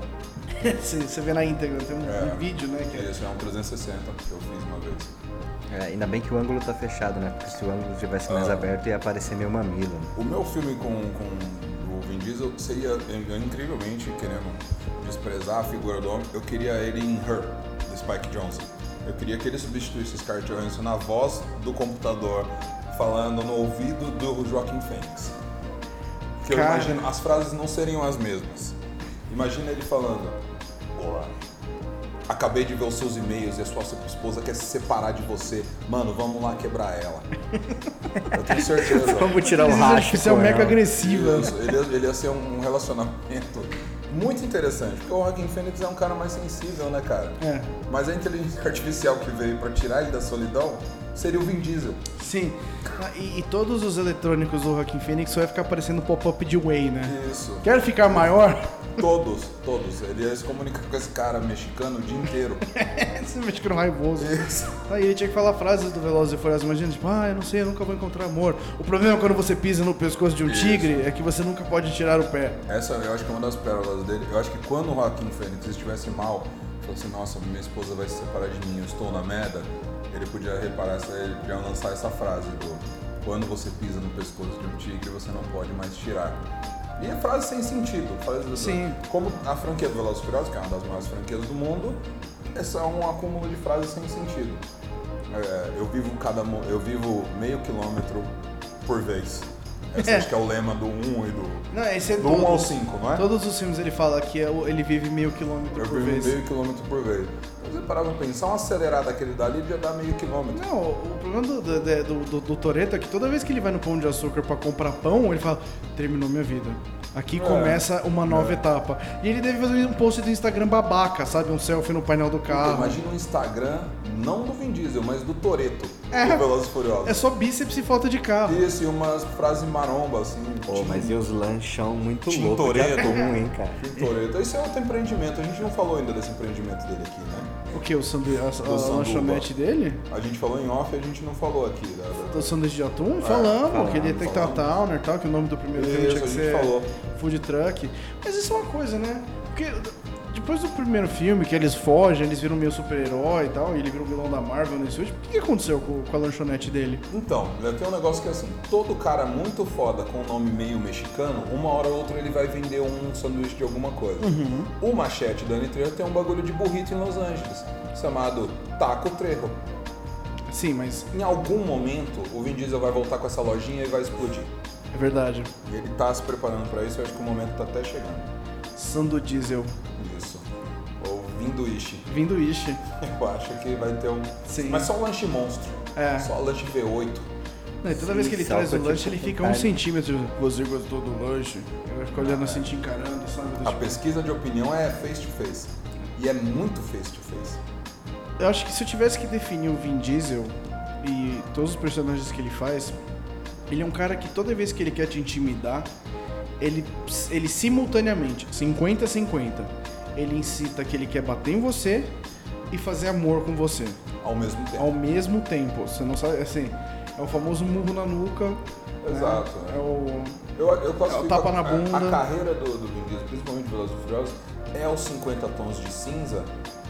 [SPEAKER 1] Você você vê na íntegra, tem um,
[SPEAKER 2] É.
[SPEAKER 1] um vídeo, né? Que é-
[SPEAKER 2] Esse é um 360 que eu fiz uma vez.
[SPEAKER 3] É, ainda bem que o ângulo tá fechado, né? Porque se o ângulo tivesse mais
[SPEAKER 2] Ah.
[SPEAKER 3] aberto ia aparecer meu mamilo. né?
[SPEAKER 2] O meu filme com, com o Vin Diesel seria, eu incrivelmente, querendo desprezar a figura do homem, eu queria ele em Her, do Spike Johnson. Eu queria que ele substituísse Scarlett Johansson na voz do computador, falando no ouvido do Joaquim Phoenix. Porque eu
[SPEAKER 1] Cara.
[SPEAKER 2] imagino, as frases não seriam as mesmas. Imagina ele falando, olá, acabei de ver os seus e-mails e a sua esposa quer se separar de você. Mano, vamos lá quebrar ela. Eu tenho certeza.
[SPEAKER 3] Vamos tirar o
[SPEAKER 1] Eles acham que
[SPEAKER 3] racho.
[SPEAKER 1] Isso é um
[SPEAKER 3] com
[SPEAKER 1] mega
[SPEAKER 3] ela.
[SPEAKER 1] agressiva.
[SPEAKER 2] Isso, ele, ia- ele ia ser um relacionamento muito interessante, porque o Joaquim Fênix é um cara mais sensível, né, cara?
[SPEAKER 1] É.
[SPEAKER 2] Mas a inteligência artificial que veio pra tirar ele da solidão seria o Vin Diesel.
[SPEAKER 1] Sim. Ah, E, e todos os eletrônicos do Rockin' Phoenix só vai ficar parecendo um pop-up de Way, né?
[SPEAKER 2] Isso.
[SPEAKER 1] Quer ficar maior? [LAUGHS]
[SPEAKER 2] Todos, todos. Ele ia se comunicar com esse cara mexicano o dia inteiro.
[SPEAKER 1] Esse mexicano raivoso.
[SPEAKER 2] Isso.
[SPEAKER 1] Aí ele tinha que falar frases do Velozes e Furiosos, imagina, tipo, ah, eu não sei, eu nunca vou encontrar amor. O problema é quando você pisa no pescoço de um
[SPEAKER 2] Isso.
[SPEAKER 1] tigre é que você nunca pode tirar o pé.
[SPEAKER 2] Essa eu acho que é uma das pérolas dele. Eu acho que quando o Joaquim Fênix estivesse mal, falou assim, nossa, minha esposa vai se separar de mim, eu estou na merda, ele podia reparar essa, ele podia lançar essa frase do quando você pisa no pescoço de um tigre, você não pode mais tirar. E é frase sem sentido. Frase do-
[SPEAKER 1] Sim.
[SPEAKER 2] Como a franquia do Velozes e Furiosos, que é uma das maiores franquias do mundo, é só um acúmulo de frases sem sentido. É, eu vivo cada mo- eu vivo meio quilômetro por vez. Esse
[SPEAKER 1] É.
[SPEAKER 2] acho que é o lema do 1 e do
[SPEAKER 1] Não, esse é
[SPEAKER 2] do 1 ao
[SPEAKER 1] todos.
[SPEAKER 2] 5, não é?
[SPEAKER 1] Todos os filmes ele fala que é o- ele vive meio quilômetro
[SPEAKER 2] eu
[SPEAKER 1] por
[SPEAKER 2] vivo
[SPEAKER 1] vez.
[SPEAKER 2] meio quilômetro por vez. Mas eu parava pra pensar, uma acelerada que ele dá ali já dá meio quilômetro.
[SPEAKER 1] Não, o problema do, do, do, do- do Toretto é que toda vez que ele vai no Pão de Açúcar pra comprar pão, ele fala, terminou minha vida. Aqui
[SPEAKER 2] É.
[SPEAKER 1] começa uma nova etapa. E ele deve fazer um post do Instagram babaca, sabe? Um selfie no painel do
[SPEAKER 2] Então,
[SPEAKER 1] carro.
[SPEAKER 2] Imagina um Instagram, não do Vin Diesel, mas do Toreto,
[SPEAKER 1] É.
[SPEAKER 2] do Velozes e
[SPEAKER 1] É
[SPEAKER 2] Furiosos.
[SPEAKER 1] só bíceps e falta de carro.
[SPEAKER 2] Isso, e umas frases maromba, assim.
[SPEAKER 3] Pô, mas e os lanchão muito
[SPEAKER 2] Tim
[SPEAKER 3] louco. que é
[SPEAKER 2] Toretto.
[SPEAKER 3] comum, hein, cara?
[SPEAKER 2] Toreto. Esse é outro empreendimento, a gente não falou ainda desse empreendimento dele aqui, né?
[SPEAKER 1] O que? O sandu... a, a,
[SPEAKER 2] sanduba.
[SPEAKER 1] lanchonete dele?
[SPEAKER 2] A gente falou em off e a gente não falou aqui. Da, da-
[SPEAKER 1] Do sanduíche de atum? falamos, que ele ia ter que estar
[SPEAKER 2] falamos.
[SPEAKER 1] Towner e tal, que o nome do primeiro filme
[SPEAKER 2] Isso,
[SPEAKER 1] tinha que
[SPEAKER 2] a gente
[SPEAKER 1] ser
[SPEAKER 2] falou.
[SPEAKER 1] food truck. Mas isso é uma coisa, né? Porque depois do primeiro filme, que eles fogem, eles viram meio super-herói e tal, e ele vira o vilão da Marvel nesse último, o que que aconteceu com, com a lanchonete dele?
[SPEAKER 2] Então, já tem um negócio que é assim, todo cara muito foda com um nome meio mexicano, uma hora ou outra ele vai vender um sanduíche de alguma coisa.
[SPEAKER 1] Uhum.
[SPEAKER 2] O machete da N3 tem um bagulho de burrito em Los Angeles, chamado Taco Trejo.
[SPEAKER 1] Sim, mas
[SPEAKER 2] Em algum momento, o Vin Diesel vai voltar com essa lojinha e vai explodir.
[SPEAKER 1] é verdade.
[SPEAKER 2] E ele tá se preparando pra isso, eu acho que o momento tá até chegando.
[SPEAKER 1] Sandu Diesel,
[SPEAKER 2] Isso. Ou Vinduishi.
[SPEAKER 1] vindo Ishi.
[SPEAKER 2] [LAUGHS] Eu acho que vai ter um...
[SPEAKER 1] Sim.
[SPEAKER 2] Mas só um lanche monstro.
[SPEAKER 1] É.
[SPEAKER 2] Só lanche V8.
[SPEAKER 1] Não, e toda vez que ele
[SPEAKER 3] Sim, só
[SPEAKER 1] traz o
[SPEAKER 3] pra te
[SPEAKER 1] lanche, ele fica um
[SPEAKER 3] contar.
[SPEAKER 1] centímetro. Você gostou do lanche? Ele vai ficar olhando assim, te encarando, sabe?
[SPEAKER 2] A pesquisa de opinião é face to face. E é muito face to face.
[SPEAKER 1] Eu acho que se eu tivesse que definir o Vin Diesel e todos os personagens que ele faz, ele é um cara que toda vez que ele quer te intimidar, ele, ele simultaneamente, 50-50, ele incita que ele quer bater em você e fazer amor com você.
[SPEAKER 2] Ao mesmo tempo.
[SPEAKER 1] Ao mesmo tempo. Você não sabe, assim, é o famoso murro na nuca. né?
[SPEAKER 2] Exato, é.
[SPEAKER 1] É o.
[SPEAKER 2] Eu, eu classifico
[SPEAKER 1] tapa na
[SPEAKER 2] a- A,
[SPEAKER 1] bunda.
[SPEAKER 2] carreira do, do Vin Diesel, principalmente Velozes e Furiosos, é os 50 tons de cinza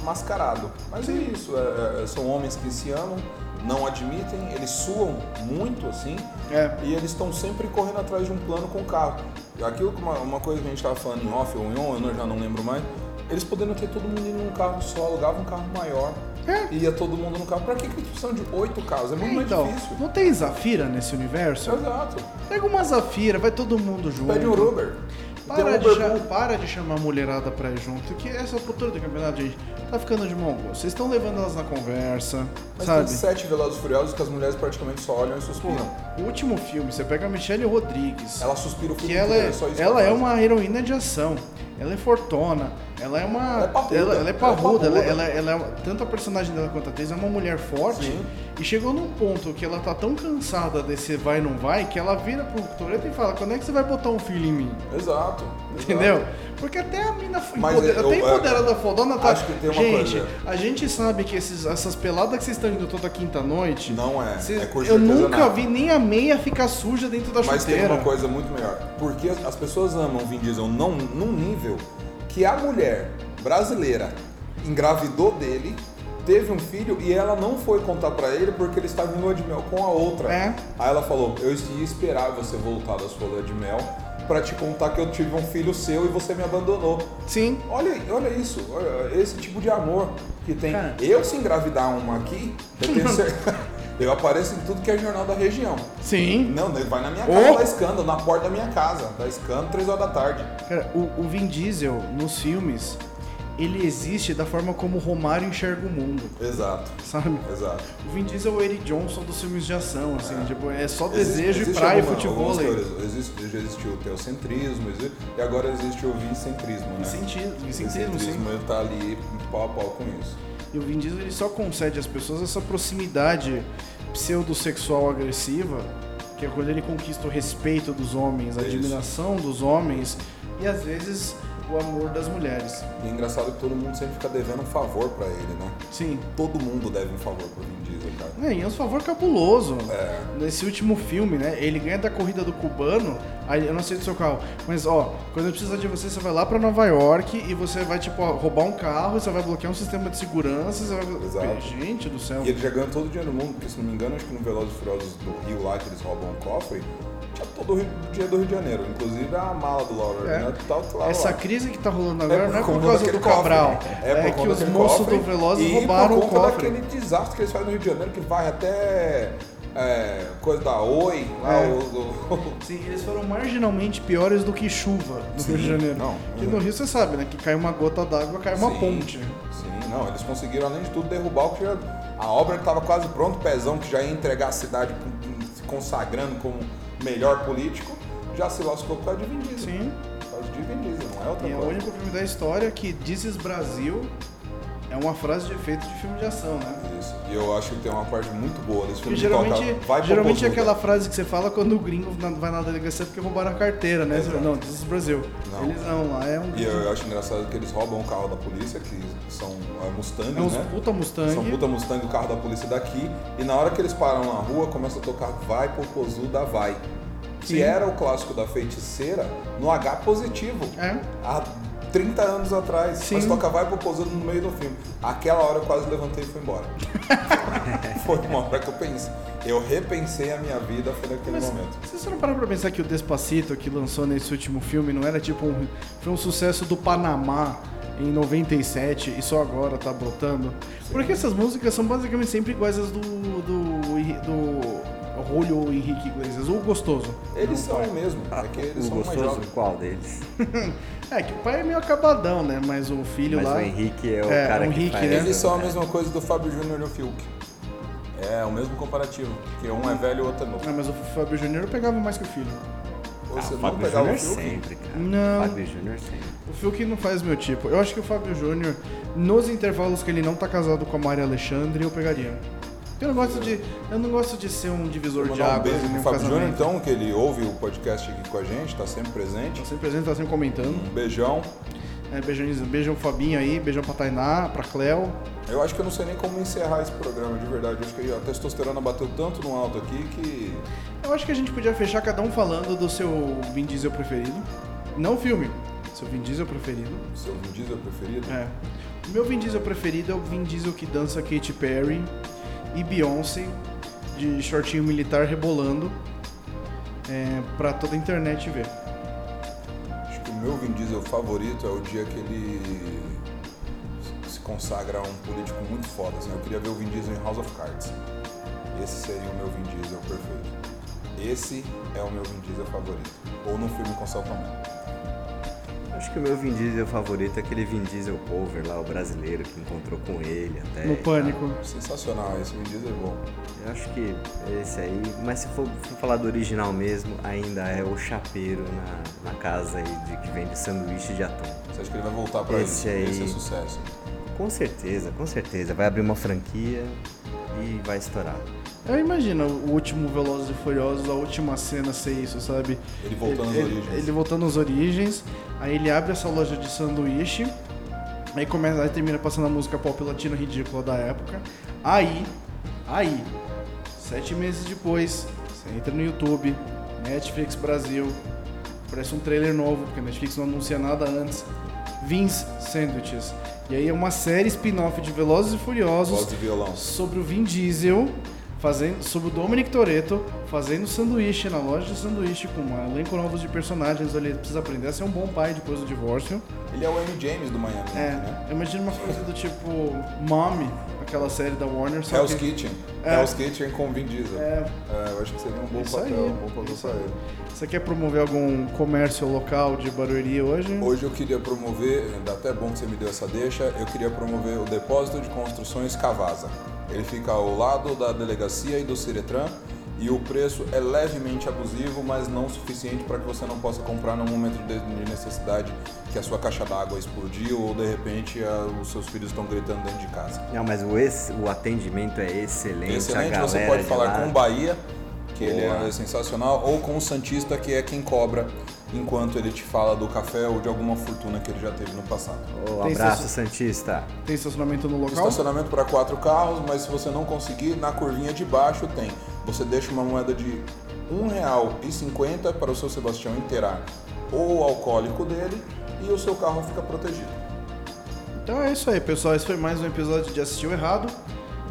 [SPEAKER 2] mascarado. Mas é isso, é- é- são homens que se amam, não admitem, eles suam muito assim,
[SPEAKER 1] É.
[SPEAKER 2] e eles estão sempre correndo atrás de um plano com o carro. E Aquilo que uma, uma coisa que a gente estava falando em off ou em on, eu não- já não lembro mais, eles poderiam ter todo mundo indo num carro só, alugava um carro maior,
[SPEAKER 1] É.
[SPEAKER 2] ia todo mundo num carro. Pra que, que eles precisam de oito carros? É muito mais
[SPEAKER 1] Então,
[SPEAKER 2] difícil.
[SPEAKER 1] não tem Zafira nesse universo?
[SPEAKER 2] Exato.
[SPEAKER 1] Pega uma Zafira, vai todo mundo junto.
[SPEAKER 2] Pede um Uber. Tem um
[SPEAKER 1] Para de,
[SPEAKER 2] Uber
[SPEAKER 1] cha-
[SPEAKER 2] Pool.
[SPEAKER 1] para de chamar a mulherada pra ir junto, que essa cultura do campeonato, gente, tá ficando de mau gosto. Vocês estão levando elas na conversa,
[SPEAKER 2] Mas tem
[SPEAKER 1] sabe?
[SPEAKER 2] sete Velozes e Furiosos que as mulheres praticamente só olham e suspiram.
[SPEAKER 1] O último filme, você pega a Michelle Rodrigues,
[SPEAKER 2] Ela suspira o filme
[SPEAKER 1] que ela,
[SPEAKER 2] inteiro,
[SPEAKER 1] é,
[SPEAKER 2] só isso que
[SPEAKER 1] ela é
[SPEAKER 2] faz.
[SPEAKER 1] uma heroína de ação, ela é fortona, ela é uma...
[SPEAKER 2] Ela é parruda,
[SPEAKER 1] ela, ela é parruda, ela,
[SPEAKER 2] ela é
[SPEAKER 1] ela, ela é- tanto a personagem dela quanto a atriz é uma mulher forte,
[SPEAKER 2] Sim.
[SPEAKER 1] e chegou num ponto que ela tá tão cansada desse vai e não vai, que ela vira pro Toreto e fala, quando é que você vai botar um filho em mim?
[SPEAKER 2] Exato.
[SPEAKER 1] Entendeu?
[SPEAKER 2] exato.
[SPEAKER 1] Porque até a mina foi
[SPEAKER 2] Mas
[SPEAKER 1] empoder-
[SPEAKER 2] eu-
[SPEAKER 1] até
[SPEAKER 2] eu-
[SPEAKER 1] empoderada fodona tá.
[SPEAKER 2] acho que tem uma
[SPEAKER 1] gente,
[SPEAKER 2] coisa.
[SPEAKER 1] a gente sabe que esses- essas peladas que vocês estão indo toda quinta-noite.
[SPEAKER 2] Não é.
[SPEAKER 1] vocês-
[SPEAKER 2] é curso
[SPEAKER 1] eu
[SPEAKER 2] de
[SPEAKER 1] nunca
[SPEAKER 2] artesanato.
[SPEAKER 1] vi nem a meia ficar suja dentro da
[SPEAKER 2] Mas
[SPEAKER 1] chuteira.
[SPEAKER 2] tem uma coisa muito melhor. Porque as pessoas amam Vin Diesel num, num nível que a mulher brasileira engravidou dele, teve um filho e ela não foi contar pra ele porque ele estava em lua de mel com a outra.
[SPEAKER 1] É.
[SPEAKER 2] Aí ela falou: Eu ia esperar você voltar da sua lua de mel pra te contar que eu tive um filho seu e você me abandonou.
[SPEAKER 1] Sim.
[SPEAKER 2] Olha, olha isso, olha esse tipo de amor que tem.
[SPEAKER 1] Cara.
[SPEAKER 2] eu se engravidar uma aqui, eu
[SPEAKER 1] [LAUGHS]
[SPEAKER 2] tenho certeza. [LAUGHS] eu apareço em tudo que é jornal da região.
[SPEAKER 1] Sim.
[SPEAKER 2] Não, ele vai na minha casa,
[SPEAKER 1] Oh!
[SPEAKER 2] dá escândalo, na porta da minha casa, dá escândalo, 3 horas da tarde.
[SPEAKER 1] Cara, o, o Vin Diesel, nos filmes, ele existe da forma como o Romário enxerga o mundo,
[SPEAKER 2] Exato,
[SPEAKER 1] sabe?
[SPEAKER 2] exato.
[SPEAKER 1] O Vin Diesel é o Eric Johnson dos filmes de ação, assim, tipo, é só
[SPEAKER 2] Existe-
[SPEAKER 1] desejo e
[SPEAKER 2] existe
[SPEAKER 1] praia e
[SPEAKER 2] alguma-
[SPEAKER 1] futebol.
[SPEAKER 2] algumas
[SPEAKER 1] aí.
[SPEAKER 2] teorias. Existe, já existiu o teocentrismo, existe- e agora existe o vincentrismo, né?
[SPEAKER 1] Vicentino-
[SPEAKER 2] O
[SPEAKER 1] Vicentismo, sim.
[SPEAKER 2] vincentrismo tá ali pau a pau com isso.
[SPEAKER 1] E o Vin Diesel ele só concede às pessoas essa proximidade pseudossexual agressiva, que é quando ele conquista o respeito dos homens, a
[SPEAKER 2] É Isso.
[SPEAKER 1] admiração dos homens e às vezes o amor das mulheres.
[SPEAKER 2] E é engraçado que todo mundo sempre fica devendo um favor pra ele, né?
[SPEAKER 1] Sim.
[SPEAKER 2] Todo mundo deve um favor pro Vin Diesel, cara.
[SPEAKER 1] É, e é um favor cabuloso.
[SPEAKER 2] É.
[SPEAKER 1] Nesse último filme, né? Ele ganha da corrida do cubano. Aí eu não sei do seu carro, mas ó, quando eu precisar de você, você vai lá pra Nova York e você vai, tipo, ó, roubar um carro, você vai bloquear um sistema de segurança, você vai.
[SPEAKER 2] Exato.
[SPEAKER 1] Gente do céu.
[SPEAKER 2] E ele já ganhou todo o dinheiro do mundo, porque se não me engano, acho que no Velozes e Furiosos do Rio lá, que eles roubam o cofre, tinha todo o Rio- o dinheiro do Rio de Janeiro, inclusive a mala do Laura,
[SPEAKER 1] É.
[SPEAKER 2] né? Tá, tá lá,
[SPEAKER 1] Essa
[SPEAKER 2] lá.
[SPEAKER 1] crise que tá rolando agora não é por
[SPEAKER 2] conta
[SPEAKER 1] causa
[SPEAKER 2] daquele
[SPEAKER 1] do Cabral.
[SPEAKER 2] cofre, né?
[SPEAKER 1] É,
[SPEAKER 2] por
[SPEAKER 1] que
[SPEAKER 2] conta
[SPEAKER 1] os
[SPEAKER 2] daquele
[SPEAKER 1] moços
[SPEAKER 2] cofre
[SPEAKER 1] do Velozes
[SPEAKER 2] e
[SPEAKER 1] roubaram
[SPEAKER 2] por
[SPEAKER 1] o
[SPEAKER 2] conta
[SPEAKER 1] cofre.
[SPEAKER 2] daquele desastre que eles fazem no Rio de Janeiro, que vai até é, coisa da Oi, lá
[SPEAKER 1] É.
[SPEAKER 2] o... o-
[SPEAKER 1] Sim, eles foram marginalmente piores do que chuva no
[SPEAKER 2] Sim,
[SPEAKER 1] Rio de Janeiro.
[SPEAKER 2] não.
[SPEAKER 1] Porque no Rio você sabe, né? Que cai uma gota d'água, cai É uma
[SPEAKER 2] Sim,
[SPEAKER 1] ponte. né?
[SPEAKER 2] Sim, não, eles conseguiram, além de tudo, derrubar o que já... A obra que tava quase pronta, o Pezão, que já ia entregar a cidade com- se consagrando como melhor político, já se lascou por causa de Vin Diesel.
[SPEAKER 1] Sim.
[SPEAKER 2] Por causa de Vin Diesel, não é outra
[SPEAKER 1] E é o
[SPEAKER 2] coisa.
[SPEAKER 1] único filme da história que Dizes Brasil É uma frase de efeito de filme de ação, né?
[SPEAKER 2] Isso. E eu acho que tem uma parte muito boa desse
[SPEAKER 1] Porque
[SPEAKER 2] filme.
[SPEAKER 1] geralmente,
[SPEAKER 2] que toca, vai pra
[SPEAKER 1] geralmente é
[SPEAKER 2] Botuca.
[SPEAKER 1] aquela frase que você fala quando o gringo na- vai na delegacia é porque roubaram a carteira, né? Você fala, Não, this is Brasil.
[SPEAKER 2] Não.
[SPEAKER 1] Eles não, lá é um,
[SPEAKER 2] E eu acho engraçado que eles roubam o carro da polícia, que são é, Mustangs,
[SPEAKER 1] é uns
[SPEAKER 2] né?
[SPEAKER 1] puta Mustang.
[SPEAKER 2] São puta Mustang, o carro da polícia daqui. E na hora que eles param na rua, começa a tocar Vai Popozu da Vai. Que
[SPEAKER 1] Sim.
[SPEAKER 2] era o clássico da feiticeira no H positivo.
[SPEAKER 1] É.
[SPEAKER 2] Há 30 anos atrás.
[SPEAKER 1] Sim.
[SPEAKER 2] Mas toca Vai Popozu no meio do filme. Aquela hora eu quase levantei e fui
[SPEAKER 1] [LAUGHS]
[SPEAKER 2] embora. foi uma hora que eu pensei. Eu repensei a minha vida, foi naquele
[SPEAKER 1] Mas
[SPEAKER 2] momento.
[SPEAKER 1] se você não parar pra pensar que o Despacito que lançou nesse último filme não era tipo um. Foi um sucesso do Panamá em 97 e só agora tá brotando. Porque essas músicas são basicamente sempre iguais as do. do. Henri- do Rolho ou Henrique Iglesias, ou Gostoso.
[SPEAKER 2] Eles são o mesmo.
[SPEAKER 1] Ah,
[SPEAKER 2] É que eles
[SPEAKER 3] o
[SPEAKER 2] são mais
[SPEAKER 3] gostoso,
[SPEAKER 2] jovens.
[SPEAKER 3] qual deles?
[SPEAKER 1] É, que o pai é meio acabadão, né? Mas o filho
[SPEAKER 3] Mas
[SPEAKER 1] lá.
[SPEAKER 3] o Henrique é o
[SPEAKER 1] É,
[SPEAKER 3] cara
[SPEAKER 1] o Henrique,
[SPEAKER 3] que faz...
[SPEAKER 1] né?
[SPEAKER 2] Eles são a mesma coisa do Fábio Júnior e o Fiuk. É o mesmo comparativo, que um é velho e o outro é novo.
[SPEAKER 1] Ah, mas o Fábio Júnior pegava mais que o filho.
[SPEAKER 2] Ou você
[SPEAKER 3] Ah,
[SPEAKER 2] não
[SPEAKER 3] Fábio
[SPEAKER 2] pegava o
[SPEAKER 3] Júnior
[SPEAKER 2] Fiuk?
[SPEAKER 3] sempre, cara.
[SPEAKER 1] Não.
[SPEAKER 3] Fábio Júnior sempre.
[SPEAKER 1] O Fiuk não faz meu tipo. Eu acho que o Fábio Júnior, nos intervalos que ele não tá casado com a Maria Alexandre, eu pegaria. Eu não gosto de, eu não gosto de ser um divisor de
[SPEAKER 2] Mandar um
[SPEAKER 1] águas
[SPEAKER 2] beijo
[SPEAKER 1] em
[SPEAKER 2] pro
[SPEAKER 1] nenhum
[SPEAKER 2] Fábio Júnior,
[SPEAKER 1] casamento.
[SPEAKER 2] então, que ele ouve o podcast aqui com a gente, tá sempre presente.
[SPEAKER 1] Tá sempre presente, tá sempre comentando.
[SPEAKER 2] Um beijão.
[SPEAKER 1] É, beijão, beijão pro Fabinho aí, beijão pra Tainá, pra Cleo.
[SPEAKER 2] Eu acho que eu não sei nem como encerrar esse programa, de verdade. Eu acho que a testosterona bateu tanto no alto aqui que.
[SPEAKER 1] Eu acho que a gente podia fechar cada um falando do seu Vin Diesel preferido. Não filme, seu Vin Diesel preferido.
[SPEAKER 2] Seu Vin Diesel preferido?
[SPEAKER 1] É. O meu Vin Diesel preferido é o Vin Diesel que dança Katy Perry e Beyoncé de shortinho militar rebolando é, pra toda a internet ver.
[SPEAKER 2] Acho que o meu Vin Diesel favorito é o dia que ele se consagra a um político muito foda. Assim. Eu queria ver o Vin Diesel em House of Cards. Esse seria o meu Vin Diesel perfeito. Esse é o meu Vin Diesel favorito. Ou num filme com Salvamento.
[SPEAKER 3] Acho que o meu Vin Diesel favorito é aquele Vin Diesel cover lá, o brasileiro que encontrou com ele até. e
[SPEAKER 1] no
[SPEAKER 3] tal.
[SPEAKER 1] Pânico.
[SPEAKER 2] Sensacional, esse Vin Diesel é bom.
[SPEAKER 3] Eu acho que esse aí, mas se for, for falar do original mesmo, ainda é o chapeiro na, na casa aí de que vende sanduíche de atum.
[SPEAKER 2] Você acha que ele vai voltar pra isso?
[SPEAKER 3] Esse aí.
[SPEAKER 2] Esse é sucesso.
[SPEAKER 3] Com certeza, com certeza. Vai abrir uma franquia e vai estourar.
[SPEAKER 1] Eu imagino o último Velozes e Furiosos, a última cena ser isso, sabe?
[SPEAKER 2] Ele voltando
[SPEAKER 1] ele,
[SPEAKER 2] às
[SPEAKER 1] ele-
[SPEAKER 2] origens.
[SPEAKER 1] ele voltando às origens, aí ele abre essa loja de sanduíche, aí começa, aí termina passando a música pop latina ridícula da época. Aí, aí, sete meses depois, você entra no YouTube, Netflix Brasil, parece um trailer novo, porque a Netflix não anuncia nada antes. Vince Sandwiches. E aí é uma série spin-off de Velozes e Furiosos
[SPEAKER 2] Voz de violão.
[SPEAKER 1] sobre o Vin Diesel fazendo sobre o Dominic Toretto fazendo sanduíche na loja de sanduíche com um elenco novo de personagens ele precisa aprender a ser um bom pai depois do divórcio
[SPEAKER 2] Ele é o M. James do Miami, né?
[SPEAKER 1] é eu imagino uma coisa do tipo Mommy aquela série da Warner só
[SPEAKER 2] Hell's
[SPEAKER 1] que
[SPEAKER 2] Kitchen.
[SPEAKER 1] É.
[SPEAKER 2] Hell's Kitchen com Vin Diesel.
[SPEAKER 1] É.
[SPEAKER 2] eu acho que seria um bom
[SPEAKER 1] Isso
[SPEAKER 2] papel,
[SPEAKER 1] aí,
[SPEAKER 2] um bom papel
[SPEAKER 1] isso
[SPEAKER 2] pra
[SPEAKER 1] aí.
[SPEAKER 2] ele.
[SPEAKER 1] você quer promover algum comércio local de Barueri hoje
[SPEAKER 2] Hoje eu queria promover, ainda até bom que você me deu essa deixa, eu queria promover o depósito de construções Cavasa. Ele fica ao lado da delegacia e do Ciretran e o preço é levemente abusivo, mas não o suficiente para que você não possa comprar num momento de de necessidade que a sua caixa d'água explodiu ou de repente a- os seus filhos estão gritando dentro de casa.
[SPEAKER 3] Não, mas o, ex- o atendimento é excelente.
[SPEAKER 2] Excelente,
[SPEAKER 3] a
[SPEAKER 2] você
[SPEAKER 3] galera
[SPEAKER 2] pode
[SPEAKER 3] de
[SPEAKER 2] falar
[SPEAKER 3] lá-
[SPEAKER 2] com o Bahia, que ele é
[SPEAKER 3] Boa.
[SPEAKER 2] sensacional, ou com o Santista, que é quem cobra enquanto ele te fala do café ou de alguma fortuna que ele já teve no passado.
[SPEAKER 3] Ô,
[SPEAKER 1] Tem
[SPEAKER 3] abraço,
[SPEAKER 1] sensu-
[SPEAKER 3] Santista.
[SPEAKER 1] tem estacionamento no local
[SPEAKER 2] Estacionamento para quatro carros, mas se você não conseguir, na curvinha de baixo tem. Você deixa uma moeda de um R$ 1,50 para o seu Sebastião inteirar ou o alcoólico dele e o seu carro fica protegido.
[SPEAKER 1] Então é isso aí, pessoal. Esse foi mais um episódio de Assistiu Errado,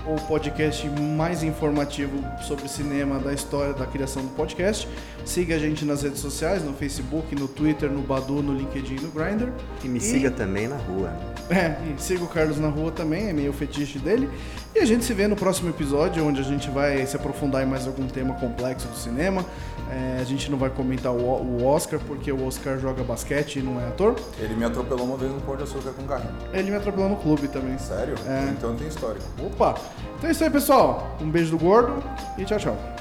[SPEAKER 1] o podcast mais informativo sobre cinema da história da criação do podcast. Siga a gente nas redes sociais, no Facebook, no Twitter, no Badu, no LinkedIn e no Grindr.
[SPEAKER 3] E me siga também na rua. né?
[SPEAKER 1] É, e siga o Carlos na rua também, é meio fetiche dele. E a gente se vê no próximo episódio, onde a gente vai se aprofundar em mais algum tema complexo do cinema. É, a gente não vai comentar o, o Oscar, porque o Oscar joga basquete e não é ator.
[SPEAKER 2] Ele me atropelou uma vez no pão de açúcar com carrinho.
[SPEAKER 1] Ele me atropelou no clube também.
[SPEAKER 2] Sério?
[SPEAKER 1] É.
[SPEAKER 2] Então tem histórico.
[SPEAKER 1] Opa! Então é isso aí, pessoal. Um beijo do gordo e tchau, tchau.